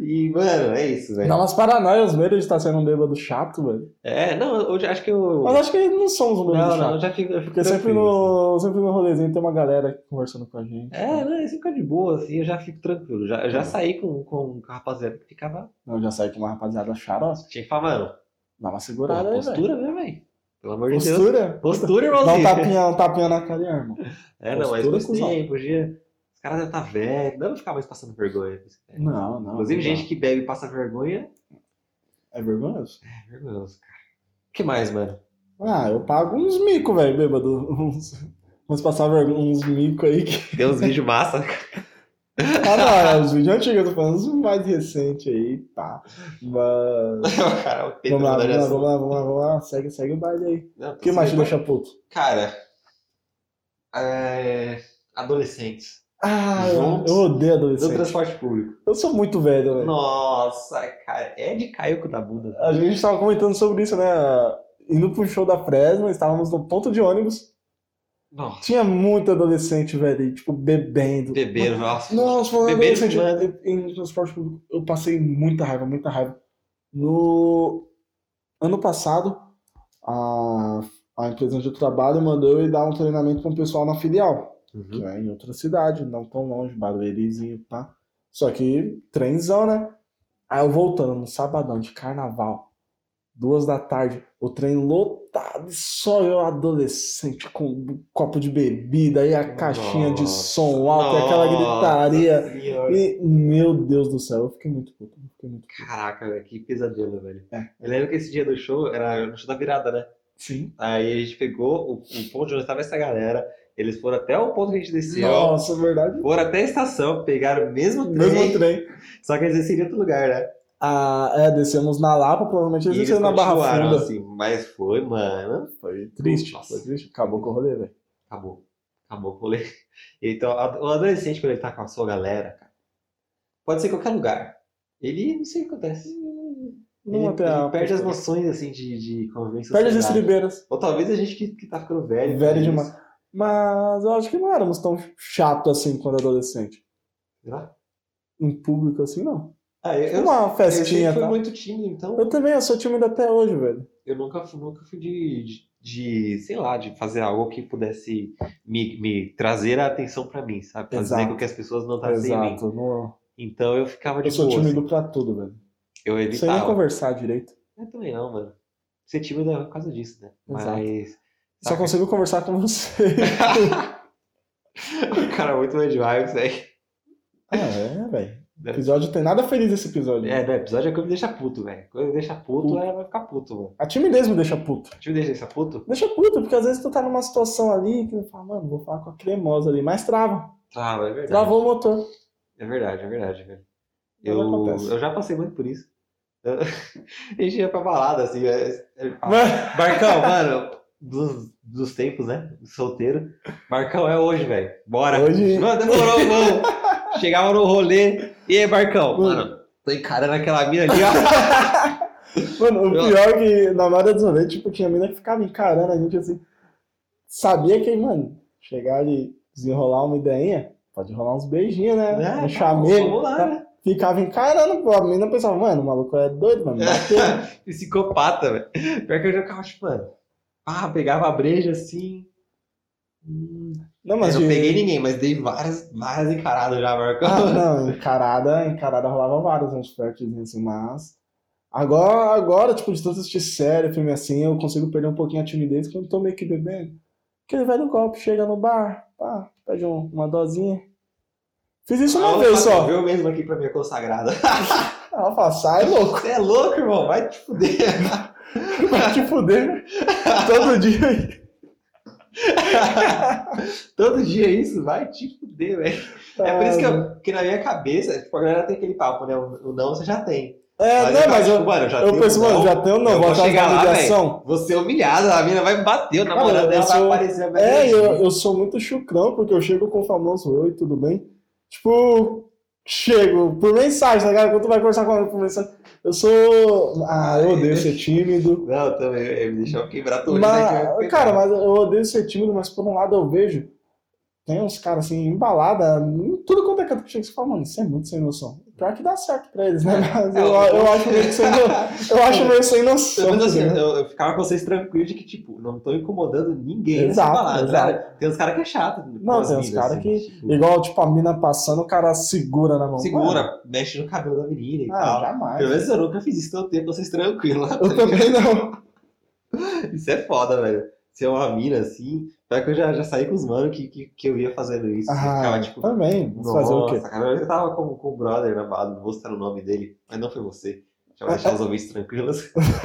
Speaker 2: e, mano, é isso,
Speaker 1: Dá
Speaker 2: velho.
Speaker 1: umas paranoias medo de estar sendo um bêbado chato, velho.
Speaker 2: É, não, hoje acho que eu.
Speaker 1: Mas acho que não somos um bêbado
Speaker 2: Não,
Speaker 1: chato.
Speaker 2: não, eu já fico. Eu fico
Speaker 1: Porque sempre
Speaker 2: tranquilo, assim.
Speaker 1: no, sempre no rolezinho tem uma galera conversando com a gente.
Speaker 2: É, não, isso fica de boa, assim, eu já fico tranquilo. Já, eu
Speaker 1: Uhum.
Speaker 2: já saí com, com, com a rapaziada que ficava.
Speaker 1: Eu já saí com uma rapaziada chata, ó,
Speaker 2: Tinha que falar, mano.
Speaker 1: dá uma
Speaker 2: Porra,
Speaker 1: segurada aí, velho.
Speaker 2: postura, né, velho? Pelo amor de Deus.
Speaker 1: Postura?
Speaker 2: Postura,
Speaker 1: Dá um
Speaker 2: irmãozinho.
Speaker 1: tapinha, um tapinha na cara, irmão.
Speaker 2: é, não, mas
Speaker 1: postura,
Speaker 2: gostei, podia. Os caras já tá velho, não ficar mais passando vergonha.
Speaker 1: Não, não.
Speaker 2: Inclusive,
Speaker 1: não dá.
Speaker 2: gente que bebe e passa vergonha,
Speaker 1: É vergonhoso?
Speaker 2: é vergonhoso, cara. O que mais, mano?
Speaker 1: Ah, eu pago uns mico, velho, bêbado. Uns, uns passar vergonha, uns mico aí. Que...
Speaker 2: Tem uns vídeos massa.
Speaker 1: Ah, não, é os vídeos antigos, eu tô falando uns mais recentes aí, pá. Mas...
Speaker 2: o cara, o peito
Speaker 1: Vamos lá, vamos
Speaker 2: mandando
Speaker 1: lá,
Speaker 2: assim.
Speaker 1: vamos lá, vamos lá, vamos lá. Segue, segue o baile aí.
Speaker 2: Não,
Speaker 1: O que mais te
Speaker 2: assim,
Speaker 1: deixa puto?
Speaker 2: Cara, é... adolescentes.
Speaker 1: Ah, eu,
Speaker 2: Juntos.
Speaker 1: eu odeio
Speaker 2: No
Speaker 1: adolescente.
Speaker 2: transporte público.
Speaker 1: Eu sou muito velho, velho.
Speaker 2: Nossa, cara, é de caioco da bunda.
Speaker 1: A gente tava comentando sobre isso, né? Indo pro show da Fresno, estávamos no ponto de ônibus.
Speaker 2: Nossa,
Speaker 1: Tinha muito adolescente, velho, e, tipo, bebendo.
Speaker 2: beberam, nossa.
Speaker 1: Nossa, falando em
Speaker 2: Beberam,
Speaker 1: adolescente,
Speaker 2: fumando.
Speaker 1: em em transporte público, eu passei muita raiva, muita raiva. No ano passado, a, a empresa onde eu trabalho mandou eu ir dar um treinamento para um pessoal na filial, que
Speaker 2: Uhum.
Speaker 1: é em outra cidade, não tão longe, Baruerizinho, pá. Só que trenzão, né? Aí eu voltando no sabadão de carnaval, duas da tarde, o trem lotado, e só eu adolescente com um copo de bebida, aí a caixinha de
Speaker 2: Nossa.
Speaker 1: som alto, e aquela
Speaker 2: Nossa
Speaker 1: gritaria.
Speaker 2: Senhora.
Speaker 1: E, meu Deus do céu, eu fiquei muito puto. eu Fiquei muito...
Speaker 2: Caraca, velho, que pesadelo, velho.
Speaker 1: É.
Speaker 2: Eu lembro que esse dia do show era no show da virada, né?
Speaker 1: Sim.
Speaker 2: Aí a gente pegou o, o ponto de onde estava essa galera, eles foram até o ponto que a gente desceu,
Speaker 1: Nossa, é verdade.
Speaker 2: foram até a estação, pegaram o mesmo trem,
Speaker 1: Mesmo trem.
Speaker 2: só que eles desceram em outro lugar, né?
Speaker 1: Ah, é, descemos na Lapa, provavelmente eles
Speaker 2: E
Speaker 1: desceram na Barra
Speaker 2: continuaram,
Speaker 1: Funda.
Speaker 2: assim, mas foi, mano.
Speaker 1: Foi triste,
Speaker 2: Nossa.
Speaker 1: foi triste. Acabou com o rolê, velho.
Speaker 2: Acabou. Acabou o rolê. Então, a- o adolescente, quando ele tá com a sua galera, cara, pode ser em qualquer lugar. Ele, não sei o que acontece. Ele,
Speaker 1: Não até
Speaker 2: ele
Speaker 1: a-
Speaker 2: perde as noções, assim, de, de convivência
Speaker 1: Perde as
Speaker 2: social.
Speaker 1: estribeiras.
Speaker 2: Ou talvez a gente que, que tá ficando velho.
Speaker 1: Velho
Speaker 2: né,
Speaker 1: demais.
Speaker 2: isso.
Speaker 1: Mas eu acho que não éramos tão chato assim quando adolescente.
Speaker 2: Será?
Speaker 1: Em público assim, não.
Speaker 2: Ah, eu, eu,
Speaker 1: Uma
Speaker 2: eu sempre
Speaker 1: festinha.
Speaker 2: fui
Speaker 1: tá?
Speaker 2: muito tímido, então
Speaker 1: Eu também, eu sou tímido até hoje, velho.
Speaker 2: eu nunca, fui- nunca fui de, de, de, sei lá, de fazer algo que pudesse me, me trazer a atenção pra mim, sabe? Fazer
Speaker 1: Exato.
Speaker 2: com que as pessoas notassem em mim.
Speaker 1: Exato. não-
Speaker 2: Então eu ficava de
Speaker 1: Eu sou
Speaker 2: boa, assim.
Speaker 1: tímido pra tudo, velho.
Speaker 2: eu
Speaker 1: Sem nem
Speaker 2: evitava.
Speaker 1: conversar direito.
Speaker 2: Eu É também não, mano. Ser tímido é por causa disso, né?
Speaker 1: Exato.
Speaker 2: Mas.
Speaker 1: Só
Speaker 2: Saca.
Speaker 1: consigo conversar com você.
Speaker 2: o cara é muito bad vibes, velho.
Speaker 1: ah, é, velho. O episódio tem nada feliz esse episódio.
Speaker 2: É, né? Episódio é coisa que me deixa puto, velho. Coisa que me deixa puto,
Speaker 1: Puto.
Speaker 2: é, vai ficar puto, mano. Tipo,
Speaker 1: A timidez me deixa puto.
Speaker 2: Deixa eu deixar puto?
Speaker 1: Deixa puto, porque às vezes tu tá numa situação ali que tu fala, mano, vou falar com a cremosa ali, mas trava.
Speaker 2: Trava, é verdade.
Speaker 1: Travou o motor.
Speaker 2: É verdade, é verdade, velho.
Speaker 1: Mas
Speaker 2: Eu,
Speaker 1: acontece.
Speaker 2: eu já passei muito por isso. Eu- a gente ia pra balada, assim. é- é-
Speaker 1: Mano,
Speaker 2: Marcão, mano, dos, dos tempos, né? Solteiro. Marcão, é hoje, velho. Bora.
Speaker 1: Hoje-
Speaker 2: Mano, demorou, vamos. Chegava no rolê. E aí, Marcão? Mano, tô encarando aquela mina ali, ó.
Speaker 1: mano, o pior é que na maioria dos momentos, tipo, tinha mina que ficava encarando a gente assim. Sabia que, mano, chegar ali, desenrolar uma ideinha, pode rolar uns beijinhos, né?
Speaker 2: Né?
Speaker 1: Um chamego.
Speaker 2: Vamos lá, né?
Speaker 1: Ficava encarando, pô. A mina pensava, mano, o maluco é doido, mano. Bateu.
Speaker 2: Psicopata, velho. Pior que eu já ficava, tipo, mano. Ah, pegava a breja assim. Hum,
Speaker 1: Não,
Speaker 2: eu
Speaker 1: mas
Speaker 2: não
Speaker 1: de-
Speaker 2: peguei ninguém, mas dei várias, várias encaradas já, Marcão.
Speaker 1: Ah, não, encarada, encarada rolava vários uns flirtzinhos assim, mas. Agora, agora, tipo, de tanto assistir série, filme assim, eu consigo perder um pouquinho a timidez quando tô meio que bebendo. Aquele velho golpe, chega no bar, pá, pede um- uma dosinha. Fiz isso uma
Speaker 2: Ah,
Speaker 1: vez só.
Speaker 2: Eu mesmo aqui pra minha consagrada.
Speaker 1: Ela fala, sai, Tá louco,
Speaker 2: Você é louco, irmão. Vai te fuder.
Speaker 1: vai te fuder. Todo dia aí.
Speaker 2: Todo dia é isso vai te fuder, velho. É por isso que,
Speaker 1: Tá.
Speaker 2: eu, que na minha cabeça, tipo, a galera tem aquele papo, né? O o não você já tem.
Speaker 1: É,
Speaker 2: Mas
Speaker 1: não,
Speaker 2: eu
Speaker 1: mas
Speaker 2: acho,
Speaker 1: eu,
Speaker 2: mano, já
Speaker 1: eu
Speaker 2: tenho
Speaker 1: penso,
Speaker 2: um
Speaker 1: mano,
Speaker 2: não.
Speaker 1: já tem um não, vou
Speaker 2: eu vou
Speaker 1: atrás
Speaker 2: chegar
Speaker 1: da
Speaker 2: lá,
Speaker 1: mediação.
Speaker 2: Vou ser humilhada, a mina vai me bater, o
Speaker 1: Cara,
Speaker 2: namorado
Speaker 1: eu
Speaker 2: dela vai
Speaker 1: sou-
Speaker 2: aparecer. vai
Speaker 1: É,
Speaker 2: me
Speaker 1: eu,
Speaker 2: agredir.
Speaker 1: eu sou muito chucrão, porque eu chego com o famoso oi, tudo bem? Tipo, chego por mensagem, tá ligado? Quando tu vai conversar com ela por mensagem, eu sou. Ah, eu
Speaker 2: né?
Speaker 1: odeio ser tímido.
Speaker 2: Não, eu também, eu- eu me deixava quebrar tudo. né, que eu-
Speaker 1: Mas, cara, mas eu odeio ser tímido, mas por um lado eu vejo. Tem uns caras assim, embalada, em tudo quanto é canto que chega, você fala, mano, isso é muito sem noção. Pior que dá certo pra eles, né? Mas eu, eu acho meio que sem no- Eu acho meio sem noção.
Speaker 2: É. Pelo menos assim,
Speaker 1: né?
Speaker 2: eu, eu ficava com vocês tranquilo de que, tipo, não tô incomodando ninguém. nessa
Speaker 1: Exato,
Speaker 2: balada.
Speaker 1: exato.
Speaker 2: Cara, tem uns caras que é chato.
Speaker 1: Não, tem uns
Speaker 2: assim,
Speaker 1: caras que- Igual, tipo, a mina passando, o cara segura na mão.
Speaker 2: Segura, mexe no cabelo da menina e
Speaker 1: Ah,
Speaker 2: tal.
Speaker 1: jamais.
Speaker 2: Pelo menos eu nunca fiz isso, então eu tenho vocês tranquilos. tá
Speaker 1: Eu também não.
Speaker 2: Isso é foda, velho. Ser uma mina assim. Pior que eu já, já saí com os manos que, que, que eu ia fazendo isso. que ficava
Speaker 1: Ah,
Speaker 2: tipo.
Speaker 1: também. Vamos fazer o quê?
Speaker 2: Nossa, cara, eu tava com, com o brother na balada, não vou citar o nome dele, mas não foi você. Deixa eu deixar os ouvintes tranquilos.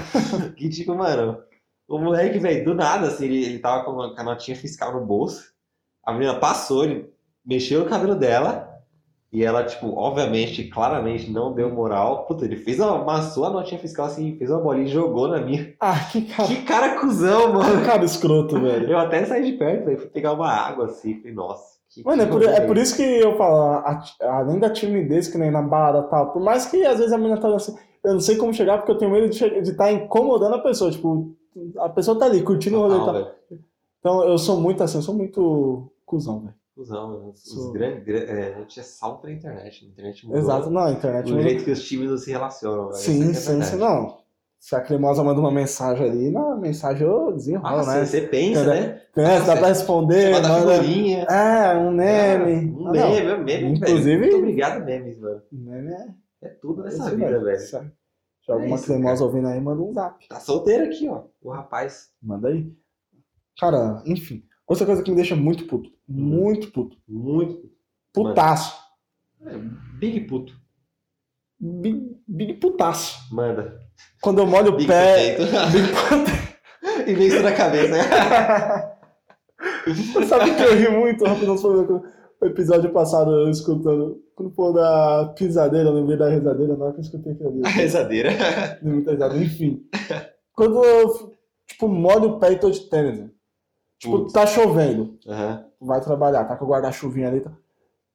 Speaker 2: que tipo, mano, o moleque, velho, do nada, assim, ele, ele tava com uma canotinha fiscal no bolso, a menina passou, ele mexeu no cabelo dela, e ela, tipo, obviamente, claramente não deu moral. Puta, ele fez uma, amassou a notinha fiscal assim, fez uma bolinha e jogou na minha.
Speaker 1: Ah, que cara,
Speaker 2: Que cara cuzão, mano.
Speaker 1: que cara escroto, velho.
Speaker 2: Eu até saí de perto, velho, fui pegar uma água assim, falei, nossa. que-
Speaker 1: Mano, é
Speaker 2: que
Speaker 1: por, é
Speaker 2: rolê.
Speaker 1: por isso que eu falo, a- a- além da timidez que nem na balada e tal, por mais que às vezes a menina tá assim, eu não sei como chegar porque eu tenho medo de estar incomodando a pessoa, tipo, a pessoa tá ali curtindo o rolê e
Speaker 2: Total,
Speaker 1: tal.
Speaker 2: velho.
Speaker 1: Então eu sou muito assim, eu sou muito cuzão, velho.
Speaker 2: Cusão, mano. né? Os- os
Speaker 1: Sou.
Speaker 2: grandes, gran- é, a gente é salvo pela internet. A internet mudou
Speaker 1: Exato, não, a internet.
Speaker 2: o jeito que os tímidos se relacionam. velho.
Speaker 1: Sim,
Speaker 2: Essa que é a
Speaker 1: sim, sim,
Speaker 2: verdade.
Speaker 1: não. Se a cremosa manda uma mensagem ali, na mensagem eu desenrolo,
Speaker 2: Ah,
Speaker 1: né?
Speaker 2: você, você pensa,
Speaker 1: Entendeu?
Speaker 2: né?
Speaker 1: Pensa, dá
Speaker 2: Nossa,
Speaker 1: pra responder,
Speaker 2: Manda
Speaker 1: Ah, manda.
Speaker 2: figurinha.
Speaker 1: É, um meme.
Speaker 2: Um
Speaker 1: Ah, não.
Speaker 2: meme, é um meme,
Speaker 1: Inclusive-
Speaker 2: velho. Muito obrigado, memes, mano.
Speaker 1: Meme é
Speaker 2: É tudo nessa
Speaker 1: isso,
Speaker 2: vida, velho.
Speaker 1: Isso é. Se alguma
Speaker 2: É isso,
Speaker 1: cremosa ouvindo aí, manda um zap.
Speaker 2: Tá solteiro aqui, ó. O rapaz.
Speaker 1: Manda aí. Cara, enfim. Outra coisa que me deixa muito
Speaker 2: Hum.
Speaker 1: puto. Muito puto.
Speaker 2: Muito.
Speaker 1: Putaço.
Speaker 2: Big puto.
Speaker 1: Big, big putaço.
Speaker 2: Manda.
Speaker 1: Quando eu molho o
Speaker 2: Big
Speaker 1: pé.
Speaker 2: conceito. e vem isso na cabeça, né?
Speaker 1: Sabe que eu ri muito rapidão sobre o episódio passado eu escutando. Quando pô da pisadeira, eu lembrei da risadeira, na hora que eu escutei aquilo ali.
Speaker 2: A rezadeira.
Speaker 1: Dei muita risada, enfim. Quando eu, tipo, molho o pé e tô de tênis. né? Tipo,
Speaker 2: Putz.
Speaker 1: tá chovendo.
Speaker 2: Aham.
Speaker 1: Vai trabalhar, tá com o guarda-chuvinha ali. Tá...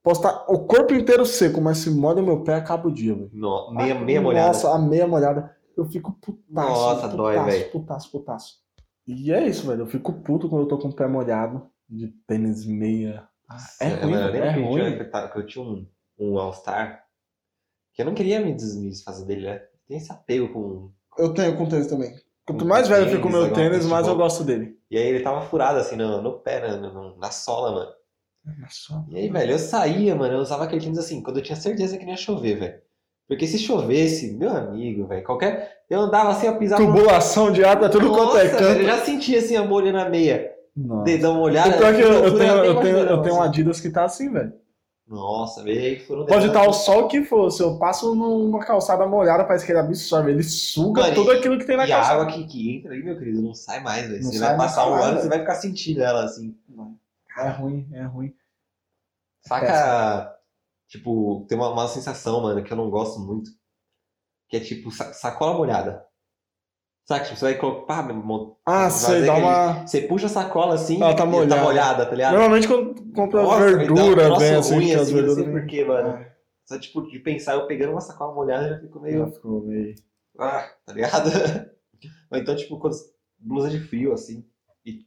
Speaker 1: Posso tá o corpo inteiro seco, mas se molha meu pé, acaba o dia, velho.
Speaker 2: No- Meia,
Speaker 1: Ah,
Speaker 2: meia molhada.
Speaker 1: Nossa, a meia molhada. Eu fico putaço.
Speaker 2: Nossa,
Speaker 1: putaço,
Speaker 2: dói, velho.
Speaker 1: Putaço, putaço. E é isso, velho. Eu fico puto quando eu tô com o pé molhado. De tênis, meia. É ruim,
Speaker 2: mano, eu lembro
Speaker 1: é
Speaker 2: que eu
Speaker 1: ruim.
Speaker 2: tinha- que eu tava- que eu tinha um, um All-Star que eu não queria me des- me desfazer dele, né? Tem esse apego com.
Speaker 1: Eu tenho com tênis também. Quanto
Speaker 2: Com
Speaker 1: mais velho
Speaker 2: tênis,
Speaker 1: fica o meu
Speaker 2: alguma
Speaker 1: tênis,
Speaker 2: coisa,
Speaker 1: mais eu
Speaker 2: tipo-
Speaker 1: gosto dele.
Speaker 2: E aí ele tava furado assim no, no pé, na, na- na sola, mano.
Speaker 1: É
Speaker 2: E aí, velho, eu saía, mano, eu usava aquele tênis assim, quando eu tinha certeza que não ia chover, velho. Porque se chovesse, meu amigo, velho, qualquer. Eu andava assim, eu pisava.
Speaker 1: Tubulação de água, tudo quanto é
Speaker 2: Nossa, velho, eu
Speaker 1: canto.
Speaker 2: já sentia assim a bolha na meia.
Speaker 1: Nossa.
Speaker 2: Dedão
Speaker 1: O
Speaker 2: molhado.
Speaker 1: pior é que eu, eu
Speaker 2: loucura,
Speaker 1: tenho,
Speaker 2: nem
Speaker 1: eu, tenho,
Speaker 2: imagino,
Speaker 1: eu tenho um
Speaker 2: nossa.
Speaker 1: Adidas que tá assim, velho.
Speaker 2: Nossa, velho, aí furou um
Speaker 1: Pode
Speaker 2: dedão.
Speaker 1: estar o sol que for, se eu passo numa calçada molhada, parece que ele absorve, ele suga
Speaker 2: Mano,
Speaker 1: tudo
Speaker 2: e-
Speaker 1: aquilo que tem na
Speaker 2: E a
Speaker 1: calçada.
Speaker 2: água que, que entra aí, meu querido, não sai mais, velho.
Speaker 1: Não
Speaker 2: Você
Speaker 1: sai
Speaker 2: vai
Speaker 1: mais
Speaker 2: passar um
Speaker 1: nada,
Speaker 2: ano,
Speaker 1: velho.
Speaker 2: você vai ficar sentindo ela assim.
Speaker 1: É ruim, é ruim. É.
Speaker 2: Saca, tipo, tem uma, uma sensação, mano, que eu não gosto muito. Que é tipo sa- sacola molhada. Saca, tipo, você vai colocar. pá, meu irmão,
Speaker 1: Ah,
Speaker 2: Vai
Speaker 1: você
Speaker 2: ver
Speaker 1: dá
Speaker 2: que
Speaker 1: uma.
Speaker 2: Você puxa a sacola assim
Speaker 1: Ela tá
Speaker 2: e
Speaker 1: molhada.
Speaker 2: tá molhada, tá ligado?
Speaker 1: Normalmente quando compra
Speaker 2: Nossa, me dá um
Speaker 1: verdura,
Speaker 2: troço
Speaker 1: bem assim,
Speaker 2: ruim,
Speaker 1: que as
Speaker 2: assim, não sei
Speaker 1: verduras.
Speaker 2: por quê, mano. Só tipo, de pensar, eu pegando uma sacola molhada, eu já fico meio.
Speaker 1: Já ficou meio.
Speaker 2: Ah, tá ligado? Ou então, tipo, quando. Blusa de frio, assim.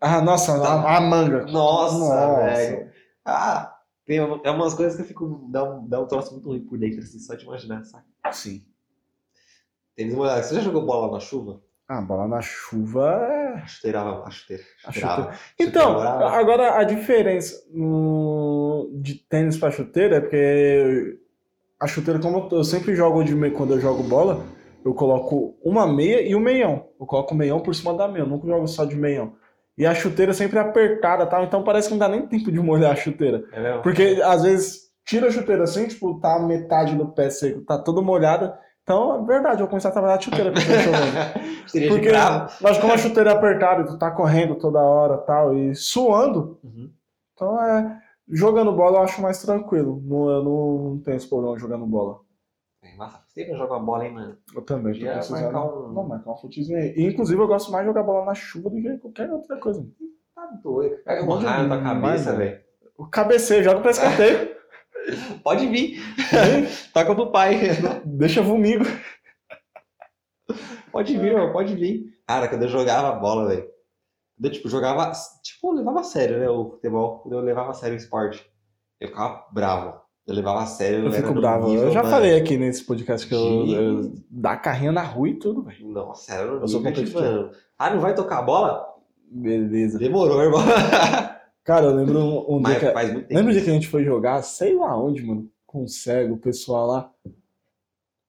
Speaker 1: Ah, nossa, a, a manga.
Speaker 2: Nossa,
Speaker 1: Nossa.
Speaker 2: velho. Ah, tem um- é umas coisas que eu fico. Dá um, dá um troço muito ruim por dentro, assim, só de imaginar, saca?
Speaker 1: Sim.
Speaker 2: Tênis molhado. Você já jogou bola na chuva?
Speaker 1: Ah, bola na chuva é.
Speaker 2: A chuteirava, a chuteira.
Speaker 1: A
Speaker 2: chuteirava.
Speaker 1: Então,
Speaker 2: Chuteira brava.
Speaker 1: agora a diferença no- de tênis pra chuteira é porque a chuteira, como eu- eu sempre jogo de meia, quando eu jogo bola, eu coloco uma meia e um meião. Eu coloco o meião por cima da meia, eu nunca jogo só de meião. E a chuteira sempre é apertada, tal, então parece que não dá nem tempo de molhar a chuteira.
Speaker 2: É mesmo?
Speaker 1: Porque às vezes tira a chuteira assim, tipo, tá metade do pé seco, tá toda molhada. Então, é verdade, eu vou começar a trabalhar a chuteira porque eu tô chovendo.
Speaker 2: Chuteira de
Speaker 1: Porque,
Speaker 2: bravo.
Speaker 1: mas como a chuteira é apertada, e tu tá correndo toda hora tal, e suando,
Speaker 2: Uhum.
Speaker 1: então é. Jogando bola eu acho mais tranquilo. Não, eu não, não tenho esse problema jogando bola.
Speaker 2: Nossa, sempre joga uma bola, hein, mano?
Speaker 1: Eu também tô
Speaker 2: Podia
Speaker 1: precisando.
Speaker 2: marcar um-
Speaker 1: Não, marcar um futezinho aí. E, inclusive eu gosto mais de jogar bola na chuva do que qualquer outra coisa.
Speaker 2: Tá doido. Pega
Speaker 1: Bom
Speaker 2: uma raio na tua
Speaker 1: demais,
Speaker 2: cabeça,
Speaker 1: mano. é.
Speaker 2: velho.
Speaker 1: O cabeceio, joga pra escanteio.
Speaker 2: Pode vir. tá Toca pro pai.
Speaker 1: deixa comigo.
Speaker 2: Pode vir, mano, pode vir. Cara, quando eu jogava bola, velho. Quando eu, tipo, jogava. Tipo, eu levava a sério, né? O futebol. Quando eu levava a sério o esporte. Eu ficava bravo. Eu levava a sério.
Speaker 1: Eu
Speaker 2: era
Speaker 1: fico
Speaker 2: num
Speaker 1: bravo.
Speaker 2: nível,
Speaker 1: Eu já
Speaker 2: mano.
Speaker 1: falei aqui nesse podcast que eu, eu
Speaker 2: Gente.
Speaker 1: dá carrinha na rua e tudo, velho.
Speaker 2: Nossa, era um
Speaker 1: Eu sou
Speaker 2: nível de,
Speaker 1: competitivo.
Speaker 2: mano. Ah, não vai tocar a bola?
Speaker 1: Beleza.
Speaker 2: Demorou, irmão.
Speaker 1: Cara, eu lembro um, um dia
Speaker 2: Mas
Speaker 1: que.
Speaker 2: faz muito tempo.
Speaker 1: Lembra o dia que a gente foi jogar, sei lá onde, mano, com o cego, o pessoal lá?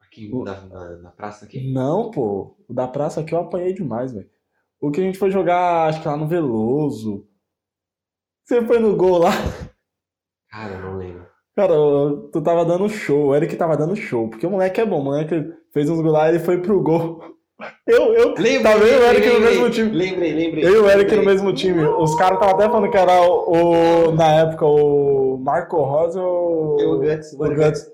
Speaker 2: Aqui
Speaker 1: O-
Speaker 2: na, na- na praça aqui.
Speaker 1: Não, pô, o da praça aqui eu apanhei demais, velho. O que a gente foi jogar, acho que lá no Veloso. Você foi no gol lá.
Speaker 2: Cara, eu não lembro.
Speaker 1: Cara, eu- tu tava dando show, o Eric tava dando show, porque o moleque é bom, o moleque fez uns gols lá e ele foi pro gol. Eu, eu,
Speaker 2: Lembrei,
Speaker 1: Tá vendo? O Eric
Speaker 2: lembrei,
Speaker 1: no mesmo
Speaker 2: lembrei.
Speaker 1: time.
Speaker 2: Lembrei, lembrei.
Speaker 1: eu e o Eric no
Speaker 2: lembrei.
Speaker 1: mesmo time. Os caras estavam até falando que era o, o- na época, o Marco Rosa ou
Speaker 2: Eu, o Guts,
Speaker 1: o Guts.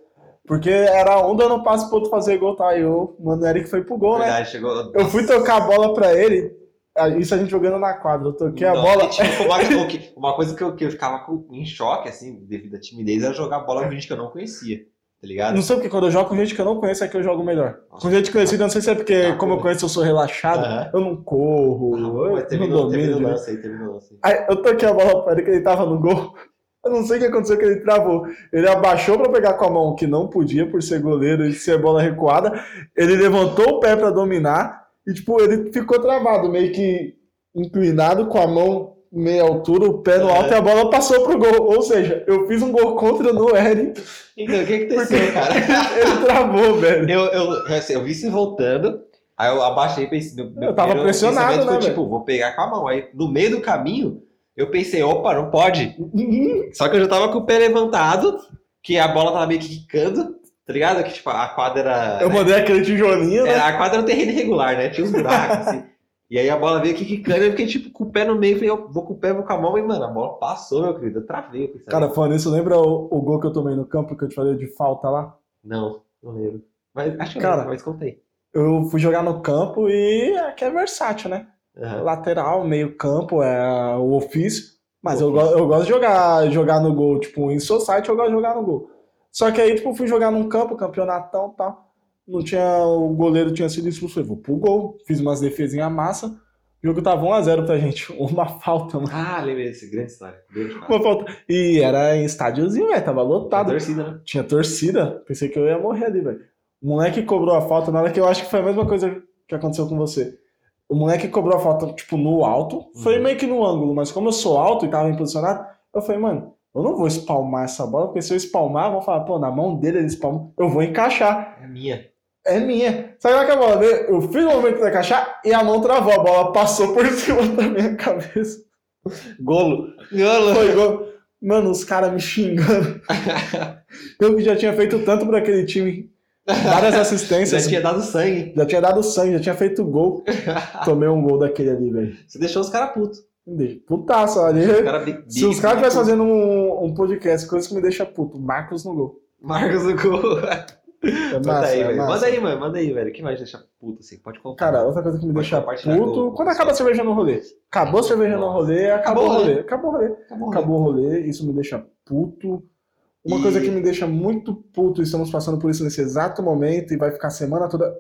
Speaker 1: Porque era um dando passo pro outro fazer gol, tá? E o mano Eric foi pro gol, né?
Speaker 2: Verdade, chegou.
Speaker 1: Eu fui tocar a bola pra ele, a- isso a gente jogando na quadra. Eu toquei a
Speaker 2: Não,
Speaker 1: bola.
Speaker 2: tipo, uma, o que- uma coisa que eu, que eu ficava com- em choque, assim, devido à timidez, era jogar bola com gente que eu não conhecia, tá ligado?
Speaker 1: Não sei porque quando eu jogo com gente que eu não conheço é que eu jogo melhor.
Speaker 2: Nossa.
Speaker 1: Com gente conhecida, não sei se é porque,
Speaker 2: Tá,
Speaker 1: como eu
Speaker 2: tudo.
Speaker 1: conheço, eu sou relaxado.
Speaker 2: Aham.
Speaker 1: Eu não corro,
Speaker 2: Mas
Speaker 1: eu
Speaker 2: teve
Speaker 1: não
Speaker 2: no- teve
Speaker 1: domino. né?
Speaker 2: né? no
Speaker 1: direito.
Speaker 2: lance aí, teve no lance aí.
Speaker 1: Aí eu toquei a bola pra ele que ele tava no gol. Eu não sei o que aconteceu que ele travou. Ele abaixou pra pegar com a mão, que não podia por ser goleiro e ser bola recuada. Ele levantou o pé pra dominar e, tipo, ele ficou travado, meio que inclinado com a mão meia altura, o pé no alto e a bola passou pro gol. Ou seja, eu fiz um gol contra no Eric.
Speaker 2: Então, o que aconteceu, cara?
Speaker 1: Ele travou, velho.
Speaker 2: Eu, eu, assim, eu vi você voltando, aí eu abaixei e pensei. Meu, meu
Speaker 1: Eu tava
Speaker 2: primeiro
Speaker 1: pressionado,
Speaker 2: pensamento foi,
Speaker 1: né,
Speaker 2: tipo, vou pegar com a mão. Aí, no meio do caminho, eu pensei, opa, não pode. Só que eu já tava com o pé levantado, que a bola tava meio que quicando, tá ligado? Que, tipo, a quadra era.
Speaker 1: Eu mandei aquele tijolinho, né?
Speaker 2: Era, a quadra era um terreno irregular, né? Tinha uns buracos, assim. E aí a bola veio aqui quicando, eu fiquei tipo com o pé no meio, falei, eu vou com o pé, vou com a mão, e mano, a bola passou, meu querido, eu travei. Eu pensei,
Speaker 1: Cara, falando isso, lembra o, o gol que eu tomei no campo que eu te falei de falta lá?
Speaker 2: não, não lembro. Mas acho que
Speaker 1: Cara.
Speaker 2: eu lembro, mas contei.
Speaker 1: Eu fui jogar no campo e aqui é versátil, né?
Speaker 2: Aham.
Speaker 1: Lateral, meio campo, é o ofício. Mas
Speaker 2: O
Speaker 1: eu, go- eu gosto de jogar, jogar no gol, tipo, em society eu gosto de jogar no gol. Só que aí, tipo, fui jogar num campo, campeonatão e tal. Não tinha, o goleiro tinha sido expulso. Falei, vou pro gol. Fiz umas defesinhas massa. O jogo tava 1x0 pra gente. Uma falta, mano.
Speaker 2: Ah, lembrei dessa grande história. Grande história.
Speaker 1: Uma falta. E era em estádiozinho, velho. Tava lotado.
Speaker 2: Torcida, né?
Speaker 1: Tinha torcida, pensei que eu ia morrer ali, velho. O moleque cobrou a falta, na hora que eu acho que foi a mesma coisa que aconteceu com você. O moleque cobrou a falta, tipo, no alto. Foi
Speaker 2: Uhum.
Speaker 1: meio que no ângulo, mas como eu sou alto e tava bem posicionado, eu falei, mano, eu não vou espalmar essa bola, porque se eu espalmar, eu vou falar, pô, na mão dele ele espalmou, eu vou encaixar.
Speaker 2: É minha.
Speaker 1: É minha. Sabe lá que a bola veio? Eu fiz o movimento pra encaixar e a mão travou, a bola passou por cima da minha cabeça.
Speaker 2: Golo. Golo.
Speaker 1: Foi gol. Mano, os caras me xingando. Eu que já tinha feito tanto pra aquele time. Várias
Speaker 2: Você
Speaker 1: assistências.
Speaker 2: tinha dado sangue.
Speaker 1: Já tinha dado sangue, já tinha feito gol. Tomei um gol daquele ali, velho.
Speaker 2: Você deixou os caras putos.
Speaker 1: Deixa- Putaço ali.
Speaker 2: Os cara bi-
Speaker 1: Se os
Speaker 2: bi-
Speaker 1: caras estivessem fazendo um, um podcast, coisa que me deixa puto. Marcos no gol.
Speaker 2: Marcos do gol.
Speaker 1: É
Speaker 2: manda
Speaker 1: massa,
Speaker 2: aí,
Speaker 1: é
Speaker 2: velho.
Speaker 1: massa.
Speaker 2: Manda aí, mano. Manda aí, velho. O que mais deixa puto assim? Pode contar.
Speaker 1: Cara, outra coisa que me
Speaker 2: Pode
Speaker 1: deixa
Speaker 2: compartilhar
Speaker 1: puto.
Speaker 2: com-
Speaker 1: Quando acaba a cerveja no rolê. Acabou a cerveja no
Speaker 2: Nossa.
Speaker 1: rolê, acabou o
Speaker 2: Acabou o rolê.
Speaker 1: rolê. Acabou o rolê.
Speaker 2: acabou. né?
Speaker 1: Acabou o rolê, isso me deixa puto. Uma
Speaker 2: E-
Speaker 1: coisa que me deixa muito puto, e estamos passando por isso nesse exato momento e vai ficar a semana toda.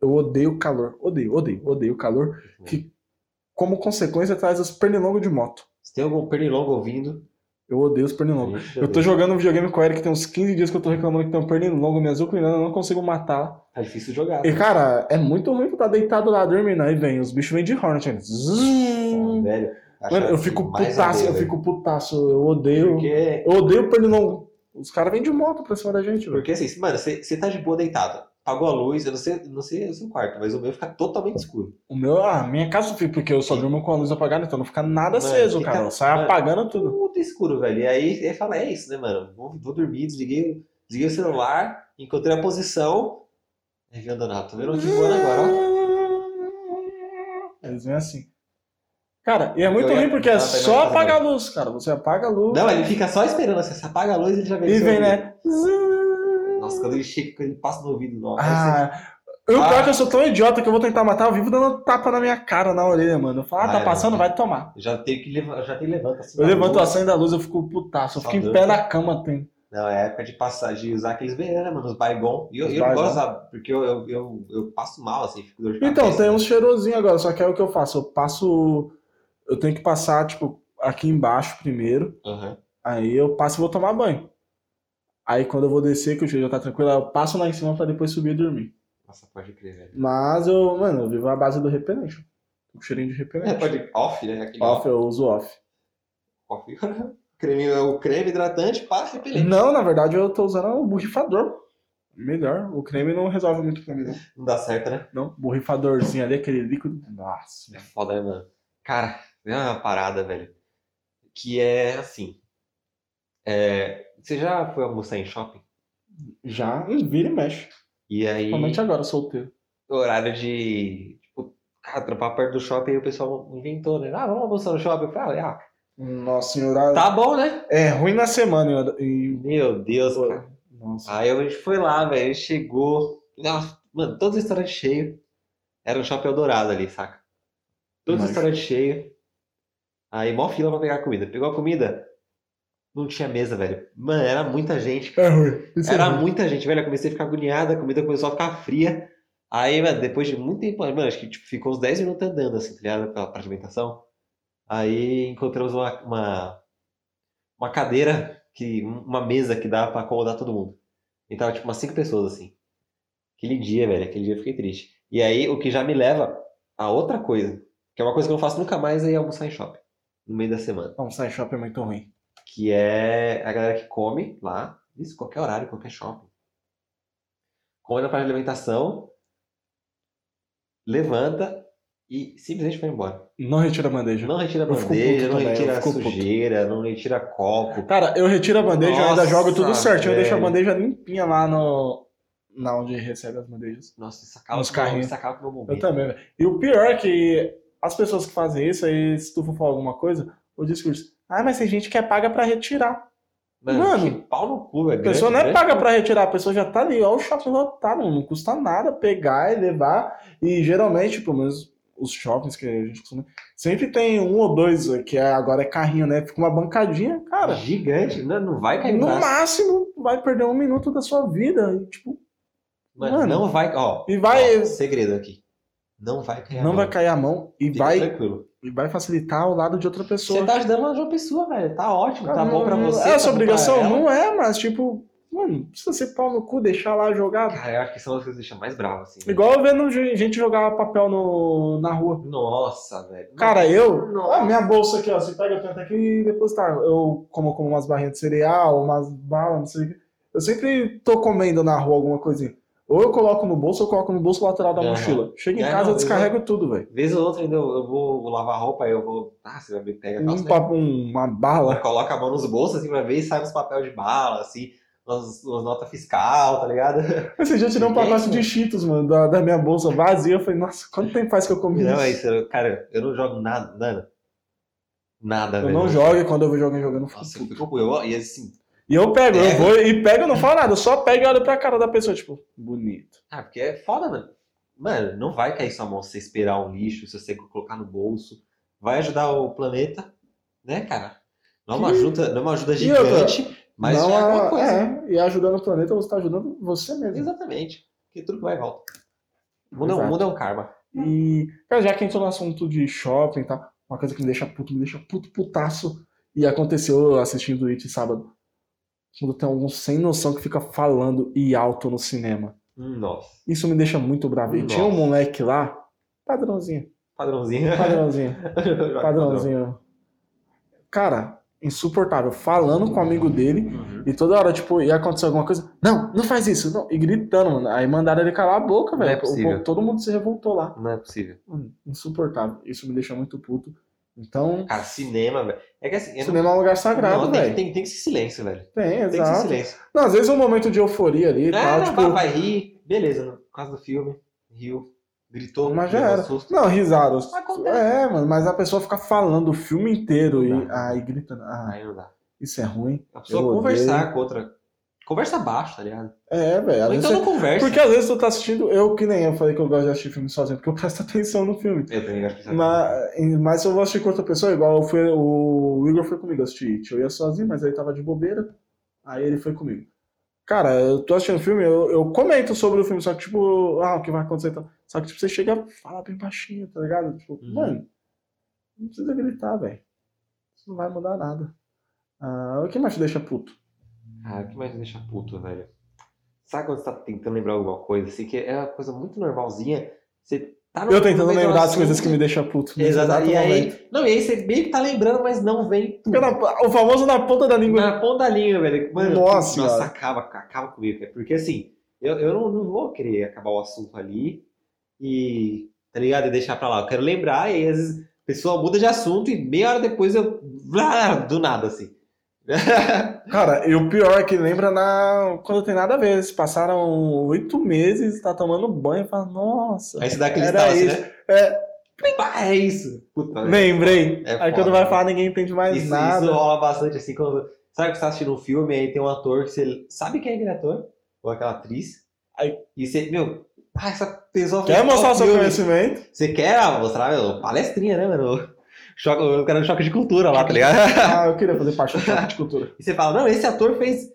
Speaker 1: Eu odeio calor. Odeio, odeio, odeio calor. Que, como consequência, traz os pernilongos de moto.
Speaker 2: Se tem algum pernilongo ouvindo.
Speaker 1: Eu odeio os pernilongos.
Speaker 2: Ixi,
Speaker 1: Eu tô jogando um videogame com o Eric tem uns 15 dias que eu tô reclamando que tem um pernilongo me azucrinando, eu não consigo matar.
Speaker 2: Tá difícil jogar.
Speaker 1: E, cara, é muito ruim tu tá deitado lá dormindo. Aí vem, os bichos vêm de hornet. ainda.
Speaker 2: Nossa,
Speaker 1: Zum.
Speaker 2: velho. Acho
Speaker 1: Mano, eu
Speaker 2: que
Speaker 1: fico
Speaker 2: mais
Speaker 1: putaço, eu
Speaker 2: odeio,
Speaker 1: fico putaço. Eu
Speaker 2: velho.
Speaker 1: odeio.
Speaker 2: Porque,
Speaker 1: Eu odeio pernilongo. Os caras vêm de moto pra cima da gente, velho.
Speaker 2: porque assim, mano, você você tá de boa deitado. Apagou a luz, eu não sei, não sei o seu quarto, mas o meu fica totalmente escuro.
Speaker 1: O meu, a minha casa fica, porque eu só durmo com a luz apagada, então não fica nada
Speaker 2: Mano,
Speaker 1: aceso,
Speaker 2: fica- É.
Speaker 1: cara. Sai
Speaker 2: mano.
Speaker 1: apagando tudo.
Speaker 2: Tudo escuro, velho. E aí ele fala, é isso, né, mano? Vou, vou dormir, desliguei, desliguei o celular, encontrei a posição. Aí vem andando rápido. Tô vendo de boa agora, ó.
Speaker 1: Eles vêm assim. Cara, e é muito
Speaker 2: Eu ia-
Speaker 1: ruim porque é
Speaker 2: Ah, tá,
Speaker 1: só
Speaker 2: não, tá,
Speaker 1: apagar a
Speaker 2: não.
Speaker 1: luz, cara. Você apaga a luz
Speaker 2: Não, ele fica só esperando, assim, você apaga a luz e ele já vem.
Speaker 1: e
Speaker 2: no seu
Speaker 1: vem,
Speaker 2: ouvido.
Speaker 1: né?
Speaker 2: Nossa, quando ele chega, quando ele passa no ouvido, nossa. aí
Speaker 1: Ah, eu
Speaker 2: Ah.
Speaker 1: pior que eu sou tão idiota que eu vou tentar matar ao vivo dando tapa na minha cara, na orelha, mano. Eu falo, ah,
Speaker 2: Ah,
Speaker 1: tá
Speaker 2: é,
Speaker 1: passando,
Speaker 2: não.
Speaker 1: vai tomar.
Speaker 2: você- Já tem que levantar, já tem que levantar. assim,
Speaker 1: Eu
Speaker 2: na
Speaker 1: levanto
Speaker 2: mão.
Speaker 1: a senha da luz, eu fico putaço. Eu
Speaker 2: Só
Speaker 1: fico em
Speaker 2: dor.
Speaker 1: pé na cama, tem.
Speaker 2: Não, é época de passar, de usar aqueles veneno, né, mano? Os Baygon. E eu,
Speaker 1: Os
Speaker 2: eu não
Speaker 1: Baygon.
Speaker 2: gosto, sabe? Porque eu, eu, eu, eu passo mal, assim, fico dor de
Speaker 1: Então,
Speaker 2: cabeça.
Speaker 1: tem um cheirosinho agora, só que é o que eu faço. Eu passo. Eu tenho que passar, tipo, aqui embaixo primeiro.
Speaker 2: Aham.
Speaker 1: Aí eu passo e vou tomar banho. Aí quando eu vou descer, que o cheiro já tá tranquilo, eu passo lá em cima pra depois subir e dormir.
Speaker 2: Nossa, pode crer, velho.
Speaker 1: Mas eu, mano, eu vivo à base do repelente. O cheirinho de
Speaker 2: É,
Speaker 1: repelente.
Speaker 2: pode off, né? Aquele
Speaker 1: Off, eu uso off.
Speaker 2: off. Creme, é o creme hidratante para
Speaker 1: Uhum.
Speaker 2: repelente.
Speaker 1: Não, na verdade eu tô usando o borrifador. Melhor. O creme não resolve muito pra mim, não.
Speaker 2: Não dá certo, né?
Speaker 1: Não, borrifadorzinho ali, aquele líquido. Nossa.
Speaker 2: É foda, né, mano? Cara, é uma parada, velho. Que é assim. É, você já foi almoçar em shopping?
Speaker 1: Já hum, vira e mexe.
Speaker 2: E aí.
Speaker 1: Principalmente agora, solteiro.
Speaker 2: horário de, tipo, cara, trampar perto do shopping, aí o pessoal inventou, né? Ah, vamos almoçar no shopping. Eu falei, ah,
Speaker 1: Nossa senhora.
Speaker 2: tá bom, né?
Speaker 1: É, ruim na semana. E...
Speaker 2: Meu Deus,
Speaker 1: Pô,
Speaker 2: cara.
Speaker 1: Nossa.
Speaker 2: Aí a gente foi lá, velho, a gente chegou. Nossa, mano, todo restaurante cheio. Era um shopping Eldorado ali, saca? Todo
Speaker 1: Mas-
Speaker 2: restaurante cheio. Aí, mó fila pra pegar a comida. Pegou a comida, não tinha mesa, velho. Mano, era muita gente.
Speaker 1: É ruim. Isso
Speaker 2: Era
Speaker 1: é ruim.
Speaker 2: muita gente, velho. Eu comecei a ficar agoniada, a comida começou a ficar fria. Aí, mano, depois de muito tempo, mano, acho que tipo, ficou uns 10 minutos andando, assim, tá ligado? Pra, pra alimentação. Aí encontramos uma, uma, uma cadeira, que, uma mesa que dava pra acomodar todo mundo. E tava, tipo, umas 5 pessoas, assim. Aquele dia, velho, aquele dia eu fiquei triste. E aí, o que já me leva a outra coisa, que é uma coisa que eu não faço nunca mais, é ir almoçar em shopping, no meio da semana.
Speaker 1: Não, sai shopping é muito ruim.
Speaker 2: Que é a galera que come lá, isso, qualquer horário, qualquer shopping. Come na praia de alimentação, levanta e simplesmente vai embora.
Speaker 1: Não retira a bandeja.
Speaker 2: Não retira
Speaker 1: fico puto
Speaker 2: bandeja, não
Speaker 1: também, eu
Speaker 2: retira
Speaker 1: fico puto.
Speaker 2: sujeira, não retira copo.
Speaker 1: Cara, eu retiro a bandeja, eu ainda
Speaker 2: Nossa,
Speaker 1: jogo tudo certo. Eu
Speaker 2: velho.
Speaker 1: deixo a bandeja limpinha lá no. Na onde recebe as bandejas.
Speaker 2: Nossa, isso acaba,
Speaker 1: Nos
Speaker 2: com, o meu-
Speaker 1: carrinhos.
Speaker 2: isso acaba com o é meu
Speaker 1: Eu
Speaker 2: momento.
Speaker 1: também, velho. E o pior é que as pessoas que fazem isso, aí se tu for falar alguma coisa, o discurso. Ah, mas tem gente que é paga pra retirar.
Speaker 2: Mano,
Speaker 1: Mano,
Speaker 2: que pau no cu,
Speaker 1: A
Speaker 2: velho.
Speaker 1: pessoa não é
Speaker 2: grande,
Speaker 1: paga pra retirar, a pessoa já tá ali, ó, o shopping lotado, não custa nada pegar e levar. E geralmente, pelo menos os shoppings que a gente costuma. Sempre tem um ou dois, que é- agora é carrinho, né? Fica uma bancadinha, cara.
Speaker 2: Gigante, não, não vai cair
Speaker 1: No
Speaker 2: braço.
Speaker 1: máximo, vai perder um minuto da sua vida. E, tipo,
Speaker 2: Mano,
Speaker 1: mano.
Speaker 2: não vai. Ó,
Speaker 1: e vai.
Speaker 2: ó, segredo aqui. Não vai cair a
Speaker 1: Não
Speaker 2: mão.
Speaker 1: vai cair a mão e
Speaker 2: Fica
Speaker 1: vai,
Speaker 2: tranquilo.
Speaker 1: e vai facilitar ao lado de outra pessoa.
Speaker 2: Você tá ajudando uma pessoa, velho. Tá ótimo, tá bom pra
Speaker 1: Não-
Speaker 2: você.
Speaker 1: É
Speaker 2: tá
Speaker 1: essa
Speaker 2: bom pra
Speaker 1: obrigação?
Speaker 2: ela.
Speaker 1: Não é, mas tipo, Mano, precisa ser pau no cu, deixar lá jogado.
Speaker 2: Cara, eu acho que são as coisas que deixam mais bravo, assim. né?
Speaker 1: Igual vendo gente jogar papel no, na rua.
Speaker 2: Nossa, velho.
Speaker 1: Cara, eu.
Speaker 2: Nossa.
Speaker 1: Ah, minha bolsa aqui, ó. Você pega, eu tento aqui e depositar. Eu como, como umas barrinhas de cereal, umas balas, não sei o que. Eu sempre tô comendo na rua alguma coisinha. Ou eu coloco no bolso, ou eu coloco no bolso lateral da
Speaker 2: Aham.
Speaker 1: mochila. Chego em
Speaker 2: É,
Speaker 1: casa,
Speaker 2: não,
Speaker 1: eu descarrego tudo, velho.
Speaker 2: Vez ou outra ainda eu, eu vou, vou lavar roupa, aí eu vou. Ah, você vai me pegar a calça.
Speaker 1: Um
Speaker 2: né?
Speaker 1: papo, uma bala.
Speaker 2: Coloca a mão nos bolsos assim pra ver e sai uns papel de bala, assim, umas, umas notas fiscal, tá ligado?
Speaker 1: Esse dia eu tirei um
Speaker 2: Ninguém,
Speaker 1: pacote de
Speaker 2: mano.
Speaker 1: cheetos, mano, da, da minha bolsa vazia. Eu falei, nossa, quanto tempo faz que eu comi
Speaker 2: Não,
Speaker 1: isso?
Speaker 2: é isso, eu- cara, eu não jogo nada, nada. Nada,
Speaker 1: Eu
Speaker 2: velho.
Speaker 1: não jogo e quando eu vejo alguém jogando, eu fico
Speaker 2: Nossa, eu
Speaker 1: puto.
Speaker 2: fico eu, e assim,
Speaker 1: E eu pego, eu
Speaker 2: É.
Speaker 1: vou e pego, eu não falo nada, eu só pego e olho pra cara da pessoa, tipo, bonito.
Speaker 2: ah, porque é foda, mano. Mano, não vai cair sua mão se você esperar um lixo, se você colocar no bolso. Vai ajudar o planeta, né, cara? Não é uma
Speaker 1: Que-
Speaker 2: ajuda, não é uma ajuda
Speaker 1: E outra,
Speaker 2: gigante, mas
Speaker 1: não
Speaker 2: já é alguma
Speaker 1: a-
Speaker 2: coisa.
Speaker 1: é, e ajudando o planeta, você tá ajudando você mesmo.
Speaker 2: Exatamente. Porque tudo que vai e volta. Muda,
Speaker 1: Exato.
Speaker 2: muda um karma.
Speaker 1: E, cara, já que entrou no assunto de shopping e tal, uma coisa que me deixa puto, me deixa puto putaço. E aconteceu assistindo It sábado. Quando tem algum sem noção que fica falando e alto no cinema.
Speaker 2: Hum, Nossa.
Speaker 1: Isso me deixa muito bravo. E tinha um
Speaker 2: Nossa.
Speaker 1: moleque lá, padrãozinho,
Speaker 2: Padrãozinho.
Speaker 1: padrãozinho. Padrãozinho. Cara, insuportável. Falando com o amigo dele
Speaker 2: Uhum.
Speaker 1: e toda hora, tipo, ia acontecer alguma coisa. Não, não faz isso, não. E gritando, mano. Aí mandaram ele calar a boca,
Speaker 2: Não é
Speaker 1: velho. O
Speaker 2: possível.
Speaker 1: povo- todo mundo se revoltou lá.
Speaker 2: Não é possível.
Speaker 1: Mano, insuportável. Isso me deixa muito puto. Então,
Speaker 2: Cara, cinema, velho. É que assim, eu não-
Speaker 1: cinema é um lugar
Speaker 2: não,
Speaker 1: sagrado,
Speaker 2: tem, que-
Speaker 1: velho.
Speaker 2: tem, tem que ser silêncio, velho.
Speaker 1: Tem,
Speaker 2: Tem que ser
Speaker 1: exato.
Speaker 2: silêncio.
Speaker 1: Não, às vezes um momento de euforia ali e
Speaker 2: Ah,
Speaker 1: tal,
Speaker 2: não,
Speaker 1: tipo.
Speaker 2: vai, vai rir. Beleza, no- por causa do filme, riu, gritou,
Speaker 1: Mas já
Speaker 2: levou
Speaker 1: era.
Speaker 2: susto.
Speaker 1: Não, risadas.
Speaker 2: Acontece.
Speaker 1: É, mano, mas a pessoa fica falando o filme inteiro
Speaker 2: Não
Speaker 1: e
Speaker 2: dá.
Speaker 1: aí gritando. Ah,
Speaker 2: Aí não dá.
Speaker 1: isso é ruim.
Speaker 2: A pessoa
Speaker 1: Eu
Speaker 2: conversar
Speaker 1: odeio.
Speaker 2: com outra. Conversa baixo, tá ligado?
Speaker 1: É, velho. às
Speaker 2: Ou
Speaker 1: vezes
Speaker 2: então
Speaker 1: você-
Speaker 2: não conversa.
Speaker 1: Porque às vezes tu tá assistindo, eu que nem eu falei que eu gosto de assistir filme sozinho, porque eu presto atenção no filme.
Speaker 2: Eu também gosto de pensar. assim.
Speaker 1: Mas, mas se eu vou assistir com outra pessoa, igual eu fui, o Igor foi comigo assistir It. Eu ia sozinho, mas ele tava de bobeira. Aí ele foi comigo. Cara, eu tô assistindo filme, eu, eu comento sobre o filme, só que tipo, ah, o que vai acontecer e tal. Só que tipo, você chega a falar bem baixinho, tá ligado? Tipo,
Speaker 2: Uhum.
Speaker 1: mano, não precisa gritar, velho. Isso não vai mudar nada. Ah, o que mais te deixa puto?
Speaker 2: Ah, o que mais me deixa puto, velho? Sabe quando você tá tentando lembrar alguma coisa, assim, que é uma coisa muito normalzinha. Você tá no-
Speaker 1: Eu
Speaker 2: no
Speaker 1: tentando
Speaker 2: meio do
Speaker 1: lembrar as
Speaker 2: assunto.
Speaker 1: coisas que me deixam puto. nesse
Speaker 2: Exato.
Speaker 1: exato
Speaker 2: E
Speaker 1: momento.
Speaker 2: aí, não, e aí você meio que tá lembrando, mas não vem tudo.
Speaker 1: Fica na- o famoso na ponta da língua.
Speaker 2: Na é ponta da língua, velho. Mano,
Speaker 1: Nossa,
Speaker 2: nossa
Speaker 1: cara.
Speaker 2: acaba, acaba comigo, cara. Porque assim, eu, eu não, não vou querer acabar o assunto ali e, tá ligado? E deixar pra lá. Eu quero lembrar, e aí, às vezes a pessoa muda de assunto e meia hora depois eu. Blá, do nada, assim.
Speaker 1: Cara, e o pior é que lembra na... quando tem nada a ver. Eles passaram oito meses, tá tomando banho e fala, nossa.
Speaker 2: Aí você dá aquele
Speaker 1: Era
Speaker 2: estalo, assim,
Speaker 1: isso.
Speaker 2: né?
Speaker 1: É.
Speaker 2: Pá, é isso. Puta, velho.
Speaker 1: Lembrei.
Speaker 2: É
Speaker 1: Aí quando
Speaker 2: foda.
Speaker 1: vai falar, ninguém entende mais
Speaker 2: isso,
Speaker 1: nada.
Speaker 2: isso rola bastante, assim, quando. Sabe que você tá assistindo um filme, aí tem um ator que você sabe quem é aquele ator, ou aquela atriz.
Speaker 1: Aí-
Speaker 2: E você, meu, ah, essa pessoa
Speaker 1: Quer
Speaker 2: fez tal
Speaker 1: mostrar seu
Speaker 2: filme.
Speaker 1: conhecimento?
Speaker 2: Você quer ah, mostrar, meu, palestrinha, né, mano? Choque, o cara do choque de cultura lá, tá ligado?
Speaker 1: Ah, eu queria fazer parte do choque de cultura.
Speaker 2: E você fala, não, esse ator fez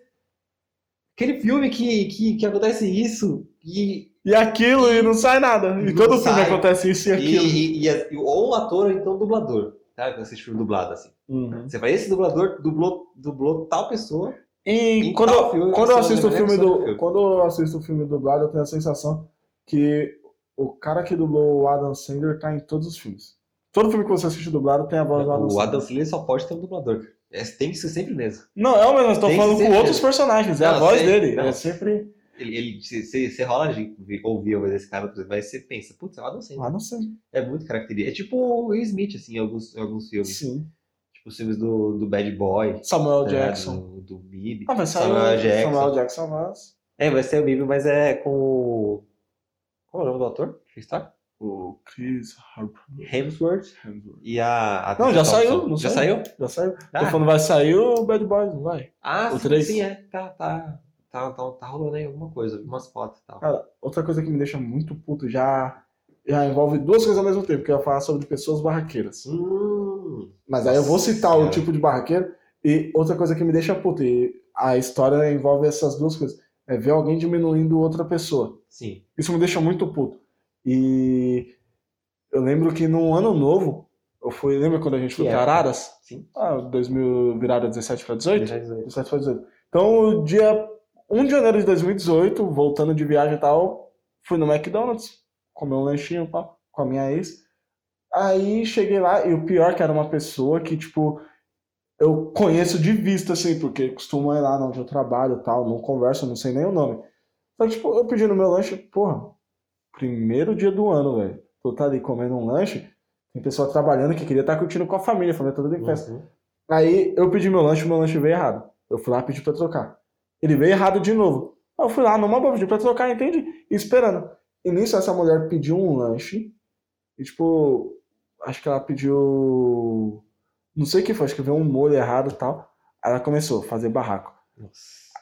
Speaker 2: aquele filme que, que, que acontece isso. E,
Speaker 1: E aquilo, e não sai nada. E
Speaker 2: Não
Speaker 1: todo filme
Speaker 2: sai.
Speaker 1: acontece isso e
Speaker 2: e,
Speaker 1: aquilo.
Speaker 2: e, e as- ou um ator ou então um dublador. Sabe quando assiste filme dublado, assim.
Speaker 1: Uhum.
Speaker 2: Você vai, esse dublador dublou, dublou tal pessoa.
Speaker 1: E
Speaker 2: Em
Speaker 1: quando,
Speaker 2: tal filme,
Speaker 1: quando eu
Speaker 2: você
Speaker 1: assisto o
Speaker 2: lembra
Speaker 1: filme
Speaker 2: que só
Speaker 1: do.
Speaker 2: do filme.
Speaker 1: Quando eu assisto o filme dublado, eu tenho a sensação que o cara que dublou o Adam Sandler tá em todos os filmes. Todo filme que você assiste dublado tem a voz do Adam
Speaker 2: O
Speaker 1: Sandler.
Speaker 2: Adam Sandler só pode ter um dublador. É, tem que ser sempre o mesmo.
Speaker 1: Não, é o mesmo, eu tô
Speaker 2: Tem
Speaker 1: falando com
Speaker 2: certeza.
Speaker 1: outros personagens, é a
Speaker 2: Não,
Speaker 1: voz
Speaker 2: sei.
Speaker 1: dele.
Speaker 2: Não.
Speaker 1: É sempre.
Speaker 2: Ele, ele, você- você você rola de ouvir- ouvir a voz desse cara, mas você pensa, putz, é o Adam Sandler.
Speaker 1: Ah, não sei.
Speaker 2: É muito característico. É tipo o Will Smith, assim, em alguns, em alguns filmes.
Speaker 1: Sim.
Speaker 2: Tipo os filmes do, do Bad Boy,
Speaker 1: Samuel
Speaker 2: né,
Speaker 1: Jackson.
Speaker 2: do, do Bibi.
Speaker 1: Ah, vai sair
Speaker 2: Samuel
Speaker 1: o
Speaker 2: Jackson.
Speaker 1: Samuel Jackson, mas.
Speaker 2: É, vai ser o Bibi, mas é com o. Qual é o nome do ator? que fez Thor?
Speaker 1: O Chris Harper.
Speaker 2: Hemsworth e a. a
Speaker 1: Não, já
Speaker 2: Tessa
Speaker 1: saiu,
Speaker 2: Thompson.
Speaker 1: não
Speaker 2: já
Speaker 1: saiu?
Speaker 2: saiu?
Speaker 1: Já saiu?
Speaker 2: Ah.
Speaker 1: Tô falando, vai sair o Bad Boys, não vai?
Speaker 2: Ah,
Speaker 1: O
Speaker 2: sim,
Speaker 1: três?
Speaker 2: sim, é. Tá, tá, tá, tá, tá rolando aí alguma coisa, eu vi umas fotos e tal.
Speaker 1: Ah. Outra coisa que me deixa muito puto já. Já envolve duas coisas ao mesmo tempo, que é eu ia falar sobre pessoas barraqueiras.
Speaker 2: Hum,
Speaker 1: Mas aí eu vou
Speaker 2: Nossa
Speaker 1: citar o
Speaker 2: Senhora.
Speaker 1: tipo de barraqueiro e outra coisa que me deixa puto. E a história envolve essas duas coisas. É ver alguém diminuindo outra pessoa.
Speaker 2: sim.
Speaker 1: Isso me deixa muito puto. E eu lembro que no ano novo, eu fui, lembra quando a gente foi
Speaker 2: Que
Speaker 1: para
Speaker 2: época?
Speaker 1: Araras?
Speaker 2: Sim.
Speaker 1: Ah, 2000, virada 17 para 18?
Speaker 2: Já-
Speaker 1: 17 para 18. Então, o dia 1 de janeiro de 2018, voltando de viagem e tal, fui no McDonald's, comer um lanchinho pá, com a minha ex. Aí cheguei lá, e o pior que era uma pessoa que, tipo, eu conheço de vista, assim, porque costumo ir lá onde eu trabalho e tal, não converso, não sei nem o nome. Então, tipo, eu pedi no meu lanche, porra, primeiro dia do ano, velho. Tu tá ali comendo um lanche, tem pessoa trabalhando que queria estar curtindo com a família, a família toda em festa.
Speaker 2: Uhum.
Speaker 1: Aí eu pedi meu lanche, meu lanche veio errado. Eu fui lá pedi pra trocar. Ele veio errado de novo. Aí Eu fui lá numa boa, pedi pra trocar, entende? E esperando. E nisso essa mulher pediu um lanche. E tipo, acho que ela pediu. Não sei o que foi, acho que veio um molho errado e tal. Aí ela começou a fazer barraco.
Speaker 2: Nossa.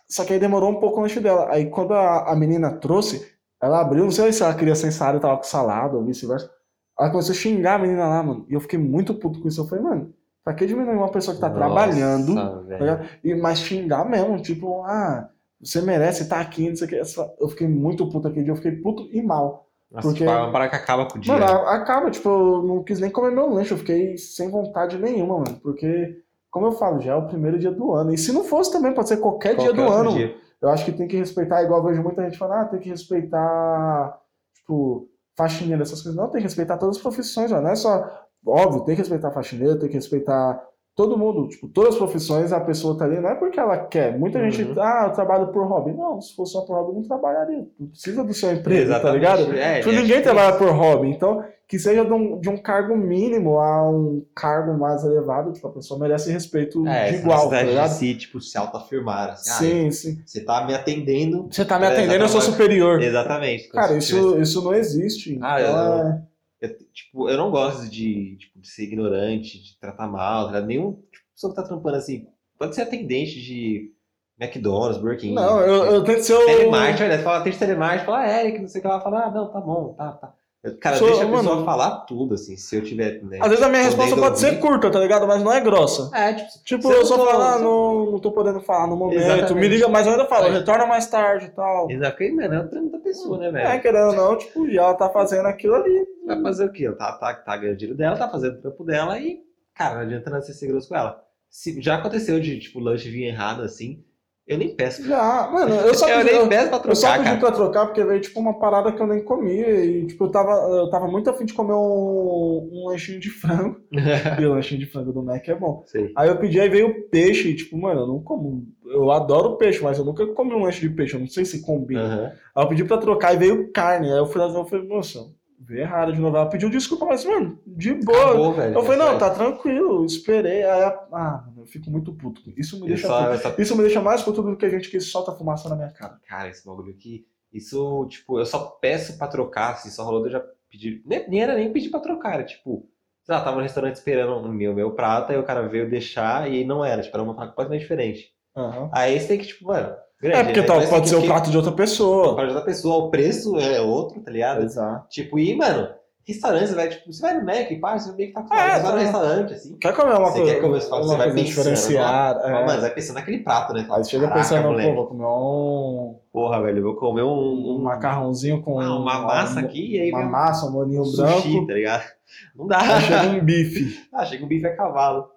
Speaker 1: Só que aí demorou um pouco o lanche dela. Aí quando a, a menina trouxe, ela abriu, não sei se ela queria sem salada, tava com salada ou vice-versa. Ela começou a xingar a menina lá, mano. E eu fiquei muito puto com isso. Eu falei, mano, pra que diminuir uma pessoa que tá trabalhando?
Speaker 2: Nossa,
Speaker 1: tá
Speaker 2: velho.
Speaker 1: ligado? E, mas xingar mesmo, tipo, ah, você merece estar aqui, não sei o que. Essa- Eu fiquei muito puto aquele dia, eu fiquei puto e mal.
Speaker 2: Nossa,
Speaker 1: Porque-
Speaker 2: tipo, é uma parada que acaba com o dia.
Speaker 1: Mano, a- acaba, tipo, eu não quis nem comer meu lanche, eu fiquei sem vontade nenhuma, mano. Porque, como eu falo, já é o primeiro dia do ano. E se não fosse também, pode ser qualquer, dia
Speaker 2: Qualquer
Speaker 1: do
Speaker 2: outro
Speaker 1: ano.
Speaker 2: dia.
Speaker 1: Eu acho que tem que respeitar, igual eu vejo muita gente falando, ah, tem que respeitar, tipo, faxineiro, essas coisas. Não, tem que respeitar todas as profissões, mano. não é só. Óbvio, tem que respeitar faxineiro, tem que respeitar todo mundo, tipo, todas as profissões, a pessoa tá ali, não é porque ela quer. Muita
Speaker 2: Uhum.
Speaker 1: gente, ah, eu trabalho por hobby. Não, se fosse só por hobby, eu não trabalharia. Tu precisa do seu emprego, tá
Speaker 2: Exatamente.
Speaker 1: ligado?
Speaker 2: É,
Speaker 1: Tipo,
Speaker 2: é,
Speaker 1: ninguém
Speaker 2: tipo
Speaker 1: trabalha
Speaker 2: isso.
Speaker 1: por hobby, então que seja de um, de um cargo mínimo a um cargo mais elevado, tipo, a pessoa merece respeito
Speaker 2: É,
Speaker 1: de
Speaker 2: essa
Speaker 1: igual, tá
Speaker 2: necessidade de
Speaker 1: ligado?
Speaker 2: se, tipo, se autoafirmar. Assim,
Speaker 1: Sim,
Speaker 2: ah,
Speaker 1: sim.
Speaker 2: Você tá me atendendo.
Speaker 1: Você tá me
Speaker 2: É,
Speaker 1: atendendo, eu sou
Speaker 2: exatamente.
Speaker 1: superior.
Speaker 2: Exatamente. Então,
Speaker 1: Cara,
Speaker 2: se tivesse-
Speaker 1: isso, isso não existe.
Speaker 2: Ah,
Speaker 1: então
Speaker 2: eu-
Speaker 1: é-
Speaker 2: Eu, tipo, eu não gosto de, tipo, de ser ignorante, de tratar mal, tá? ligado? nenhum tipo, pessoa que tá trampando assim. Pode ser atendente de McDonald's, Burger King. tipo,
Speaker 1: Não, eu, eu tento ser o.
Speaker 2: Telemarketing, olha, fala atendente de telemarketing, fala ah, Eric, não sei o que ela fala, ah, não, tá bom, tá, tá. Eu- Cara,
Speaker 1: Sou-
Speaker 2: deixa a pessoa
Speaker 1: mano.
Speaker 2: falar tudo, assim, se eu tiver, né?
Speaker 1: Às vezes a minha resposta
Speaker 2: Podendo
Speaker 1: pode ser
Speaker 2: ouvir.
Speaker 1: curta, tá ligado? Mas não é grossa.
Speaker 2: É, tipo,
Speaker 1: Tipo,
Speaker 2: Você
Speaker 1: eu
Speaker 2: não
Speaker 1: só
Speaker 2: tá-
Speaker 1: falo, ah,
Speaker 2: você-
Speaker 1: não, não tô podendo falar no momento.
Speaker 2: Exatamente.
Speaker 1: Me liga, mas eu ainda falo,
Speaker 2: Aí.
Speaker 1: retorna mais tarde e tal.
Speaker 2: exatamente, mano, é o trampo da pessoa, né, velho?
Speaker 1: É, querendo ou não, tipo, e ela tá fazendo aquilo ali.
Speaker 2: Vai fazer o quê? Ela Tá, tá, tá ganhando dinheiro dela, tá fazendo o trampo dela e, cara, não adianta não ser ser grosso com ela. Se, já aconteceu de, tipo, o lanche vir errado assim, eu nem peço.
Speaker 1: Já, mano, eu só
Speaker 2: É, eu
Speaker 1: pedi,
Speaker 2: nem
Speaker 1: eu,
Speaker 2: peço pra
Speaker 1: eu só
Speaker 2: trocar,
Speaker 1: pedi
Speaker 2: cara.
Speaker 1: pra trocar porque veio, tipo, uma parada que eu nem comia. E, tipo, eu tava, eu tava muito afim de comer um, um lanchinho de frango. e o lanchinho de frango do Mac é bom.
Speaker 2: Sei.
Speaker 1: Aí eu pedi, aí veio peixe, e tipo, mano, eu não como. Eu adoro peixe, mas eu nunca comi um lanche de peixe, eu não sei se combina.
Speaker 2: Aham.
Speaker 1: Aí eu pedi pra trocar e veio carne. Aí eu fui lá eu falei, moça, veio errado de novo. Ela pediu desculpa, mas, mano, de boa.
Speaker 2: Acabou, né? velho.
Speaker 1: eu falei, não, tá tranquilo, eu esperei. Aí, a- ah, mano, eu fico muito puto. com Isso me
Speaker 2: Eu
Speaker 1: deixa
Speaker 2: é só,
Speaker 1: puto.
Speaker 2: eu só-
Speaker 1: Isso me deixa mais puto do que a gente que solta fumaça na minha cara.
Speaker 2: Cara, esse bagulho aqui, isso, tipo, eu só peço pra trocar, assim, só rolou de eu já pedir. Nem, nem era nem pedir pra trocar, era tipo, sei lá, tava no restaurante esperando o meu, meu prato, aí o cara veio deixar e não era, tipo, era uma prato completamente diferente.
Speaker 1: Aham.
Speaker 2: Aí você tem que, tipo, mano, grande,
Speaker 1: É porque
Speaker 2: né?
Speaker 1: tal,
Speaker 2: Mas
Speaker 1: pode
Speaker 2: que-
Speaker 1: ser o
Speaker 2: que-
Speaker 1: prato de outra pessoa.
Speaker 2: Pra ajudar a pessoa, o preço é outro, tá ligado?
Speaker 1: Exato.
Speaker 2: Tipo, e, mano, restaurante, você vai, tipo, você vai no Mac, pá, você meio que tá com
Speaker 1: É,
Speaker 2: fome, você vai
Speaker 1: tá.
Speaker 2: no restaurante, assim.
Speaker 1: Quer comer uma
Speaker 2: Você
Speaker 1: coisa,
Speaker 2: quer comer, você fala,
Speaker 1: uma
Speaker 2: você vai
Speaker 1: coisa
Speaker 2: pensando,
Speaker 1: diferenciada? é.
Speaker 2: Mas, mano, vai pensando naquele prato, né? Fala,
Speaker 1: Aí chega
Speaker 2: "Caraca,
Speaker 1: pensando, pô,
Speaker 2: moleque,
Speaker 1: vou comer um.
Speaker 2: porra, velho, eu vou comer um, um,
Speaker 1: um macarrãozinho com
Speaker 2: ah, uma massa
Speaker 1: uma-
Speaker 2: aqui e aí
Speaker 1: uma
Speaker 2: vem um
Speaker 1: massa, um molinho
Speaker 2: sushi,
Speaker 1: branco,
Speaker 2: tá ligado? Não dá.
Speaker 1: aí chega um bife.
Speaker 2: Ah, chega o bife a cavalo.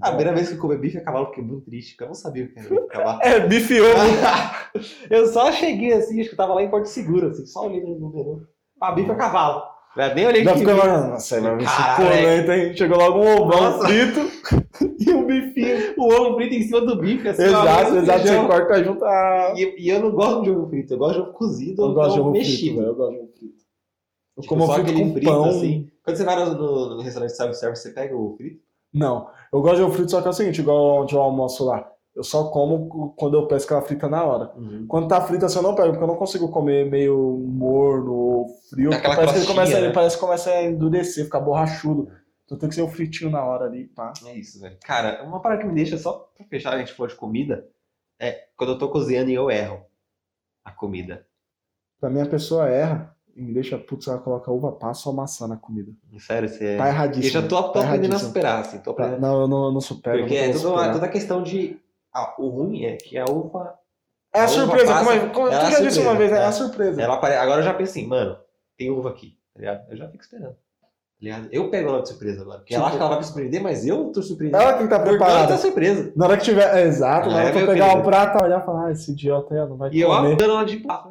Speaker 2: A primeira vez que eu comi bife a cavalo, eu fiquei muito triste, porque eu não sabia o que era bife a cavalo.
Speaker 1: É, bife e
Speaker 2: Ah,
Speaker 1: ovo.
Speaker 2: eu só cheguei assim, acho que eu tava lá em Porto Seguro, assim, só olhei no menu. Ah, bife a cavalo. É, Nem olhei
Speaker 1: Já
Speaker 2: que
Speaker 1: ficou ah,
Speaker 2: bife.
Speaker 1: lá, nossa, aí vai ver se
Speaker 2: Caralho.
Speaker 1: polenta, hein? Chegou logo um ovão
Speaker 2: Nossa.
Speaker 1: frito e um bifinho.
Speaker 2: o ovo frito em cima do bife, assim,
Speaker 1: Exato,
Speaker 2: ó,
Speaker 1: exato, você
Speaker 2: feijão.
Speaker 1: corta junto. Ah,
Speaker 2: E, e eu não gosto de ovo frito, eu gosto de ovo cozido,
Speaker 1: eu gosto de ovo frito,
Speaker 2: mexido.
Speaker 1: velho, eu gosto de ovo frito. Eu
Speaker 2: Tipo,
Speaker 1: como
Speaker 2: só
Speaker 1: frito
Speaker 2: aquele
Speaker 1: com
Speaker 2: frito,
Speaker 1: pão.
Speaker 2: assim. Quando você vai no, no- no restaurante self-service, você pega o frito?
Speaker 1: Não, eu gosto de ovo frito, só que é o seguinte, igual onde eu almoço lá. Eu só como quando eu peço que ela frita na hora. Quando tá frita, assim, eu não pego, porque eu não consigo comer meio morno ou frio.
Speaker 2: Dá aquela
Speaker 1: parece, que ele
Speaker 2: crostinha,
Speaker 1: começa,
Speaker 2: né?
Speaker 1: ele parece que começa a endurecer, ficar borrachudo. Então tem que ser um fritinho na hora ali, pá.
Speaker 2: É isso, velho. Cara, uma parada que me deixa só pra fechar, a gente falou de comida, é quando eu tô cozinhando e eu erro a comida.
Speaker 1: Pra mim, a pessoa erra e me deixa, putz, ela coloca uva passa ou maçã na comida.
Speaker 2: Sério, você. é
Speaker 1: Tá
Speaker 2: eu
Speaker 1: erradíssimo.
Speaker 2: já tô, tô
Speaker 1: tá
Speaker 2: aprendendo a
Speaker 1: erradíssimo.
Speaker 2: superar, assim, tô
Speaker 1: Tá,
Speaker 2: aprendendo.
Speaker 1: Não, eu não, eu não supero.
Speaker 2: Porque
Speaker 1: eu
Speaker 2: é
Speaker 1: não
Speaker 2: toda,
Speaker 1: consigo
Speaker 2: uma,
Speaker 1: superar.
Speaker 2: toda a questão de. ah, o ruim é que a uva.
Speaker 1: É a
Speaker 2: a uva
Speaker 1: surpresa,
Speaker 2: passa-
Speaker 1: como, é- como
Speaker 2: ela
Speaker 1: tu
Speaker 2: é
Speaker 1: já
Speaker 2: a
Speaker 1: disse uma
Speaker 2: surpresa,
Speaker 1: vez, é
Speaker 2: é.
Speaker 1: a surpresa.
Speaker 2: assim, Ela apare... Agora eu já pensei, mano, tem uva aqui, tá ligado? Eu já fico esperando. Aliás, eu pego ela de surpresa agora. Porque ela acha que ela vai me surpreender, mas eu tô surpreendido.
Speaker 1: Tipo, Ela tem que estar
Speaker 2: Porque ela tá
Speaker 1: preparada.
Speaker 2: surpresa.
Speaker 1: Na hora que tiver. é, exato, na
Speaker 2: Ah,
Speaker 1: hora que
Speaker 2: é
Speaker 1: eu
Speaker 2: meu
Speaker 1: pegar o
Speaker 2: querido.
Speaker 1: prato, olhar e falar, ah, esse idiota aí ó, não vai
Speaker 2: E eu
Speaker 1: comer.
Speaker 2: dando ela de pá.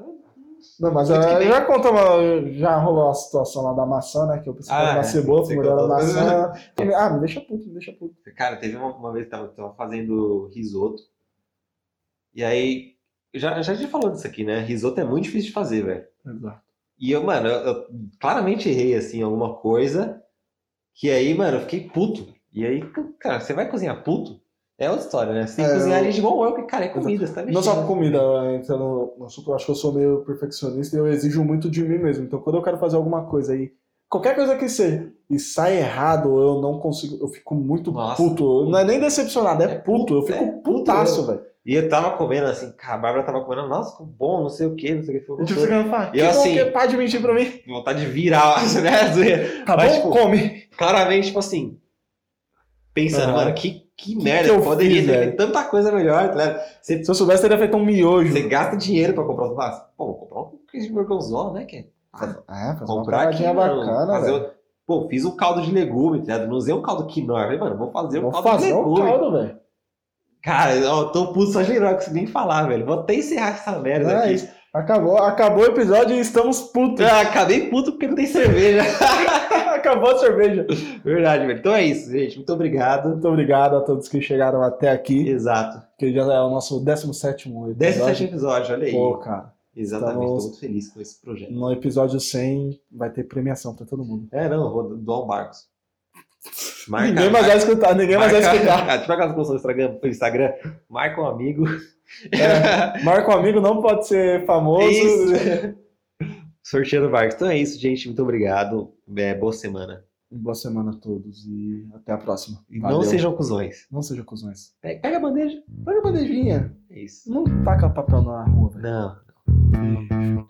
Speaker 1: Não, mas
Speaker 2: Muito que
Speaker 1: ela
Speaker 2: bem.
Speaker 1: já contou, uma- já rolou a situação lá da maçã, né? Que eu pensei que
Speaker 2: Ah,
Speaker 1: era uma
Speaker 2: é,
Speaker 1: cebola,
Speaker 2: você
Speaker 1: mulher da
Speaker 2: contou.
Speaker 1: maçã. Ah, me deixa puto, me deixa puto.
Speaker 2: Cara, teve uma, uma vez que tava, tava fazendo risoto. E aí. eu Já, eu já te falou disso aqui, né? Risoto é muito difícil de fazer, velho.
Speaker 1: Exato.
Speaker 2: E eu, mano, eu, eu claramente errei, assim, alguma coisa. Que aí, mano, eu fiquei puto. E aí, cara, você vai cozinhar puto? É outra história, né? Você tem que
Speaker 1: É,
Speaker 2: cozinhar
Speaker 1: eu-
Speaker 2: ali de bom humor, porque, cara, é comida, você tá
Speaker 1: Não só
Speaker 2: mexendo.
Speaker 1: com comida, então, no- no assunto, eu acho que eu sou meio perfeccionista e eu exijo muito de mim mesmo. Então, quando eu quero fazer alguma coisa aí, qualquer coisa que seja, e sai errado, eu não consigo, eu fico muito
Speaker 2: Nossa.
Speaker 1: puto. Não é nem decepcionado, é,
Speaker 2: É
Speaker 1: puto. Eu
Speaker 2: puto,
Speaker 1: fico
Speaker 2: é puto
Speaker 1: putaço, velho.
Speaker 2: E eu tava comendo assim, cara, a Bárbara tava comendo, nossa, ficou bom, não sei o que, não sei o que. Ficou
Speaker 1: Eu tipo,
Speaker 2: gostoso.
Speaker 1: ficando falar,
Speaker 2: E
Speaker 1: que
Speaker 2: eu
Speaker 1: bom
Speaker 2: assim-
Speaker 1: que é pá de mentir pra mim.
Speaker 2: Vontade de virar, né? Zoeira.
Speaker 1: Tá
Speaker 2: Mas,
Speaker 1: bom?
Speaker 2: tipo,
Speaker 1: Come.
Speaker 2: Claramente, tipo assim, pensando,
Speaker 1: Aham.
Speaker 2: mano, que, que merda,
Speaker 1: que eu
Speaker 2: poderia
Speaker 1: fiz,
Speaker 2: ter
Speaker 1: velho?
Speaker 2: feito tanta coisa melhor, tá ligado?
Speaker 1: Se eu soubesse, teria feito um miojo.
Speaker 2: Você gasta dinheiro pra comprar os maços. Pô, vou comprar um queijo de gorgonzola, né, que
Speaker 1: É, fazer uma
Speaker 2: Comprar aqui,
Speaker 1: paradinha
Speaker 2: né, mano,
Speaker 1: bacana,
Speaker 2: fazer
Speaker 1: velho.
Speaker 2: o- Pô, fiz um caldo de legume, tá ligado? Não usei um caldo quinoa. Eu Falei, mano, vou fazer um
Speaker 1: Vou
Speaker 2: caldo de
Speaker 1: fazer um
Speaker 2: legume.
Speaker 1: caldo, velho.
Speaker 2: Cara, eu tô puto só de não consigo nem falar, velho. Vou até encerrar essa merda
Speaker 1: É
Speaker 2: aqui.
Speaker 1: isso. Acabou, acabou o episódio e estamos putos.
Speaker 2: Ah, acabei puto porque não tem cerveja.
Speaker 1: acabou a cerveja.
Speaker 2: Verdade, velho. Então é isso, gente. Muito obrigado.
Speaker 1: Muito obrigado a todos que chegaram até aqui.
Speaker 2: Exato.
Speaker 1: Que já é o nosso 17 episódio.
Speaker 2: 17 episódio, olha aí.
Speaker 1: Pô, tá cara,
Speaker 2: Exatamente,
Speaker 1: Estamos-
Speaker 2: tô muito feliz com esse projeto.
Speaker 1: no episódio 100 vai ter premiação pra todo mundo.
Speaker 2: É, não, eu vou doar um barco.
Speaker 1: ninguém mais vai escutar, ninguém mais vai escutar.
Speaker 2: Ah, tipo aquelas pessoas do Instagram, do Instagram, marca um amigo.
Speaker 1: Marco É, um Amigo não pode ser famoso.
Speaker 2: É isso. Sorteando barcos. Então é isso, gente. Muito obrigado. É, boa semana.
Speaker 1: Boa semana a todos e até a próxima.
Speaker 2: E
Speaker 1: Valeu.
Speaker 2: não sejam cuzões.
Speaker 1: não sejam cuzões.
Speaker 2: Pe- Pega a bandeja.
Speaker 1: Pega a bandejinha.
Speaker 2: É isso.
Speaker 1: Não taca papel na rua, velho.
Speaker 2: Não.
Speaker 1: Beijo.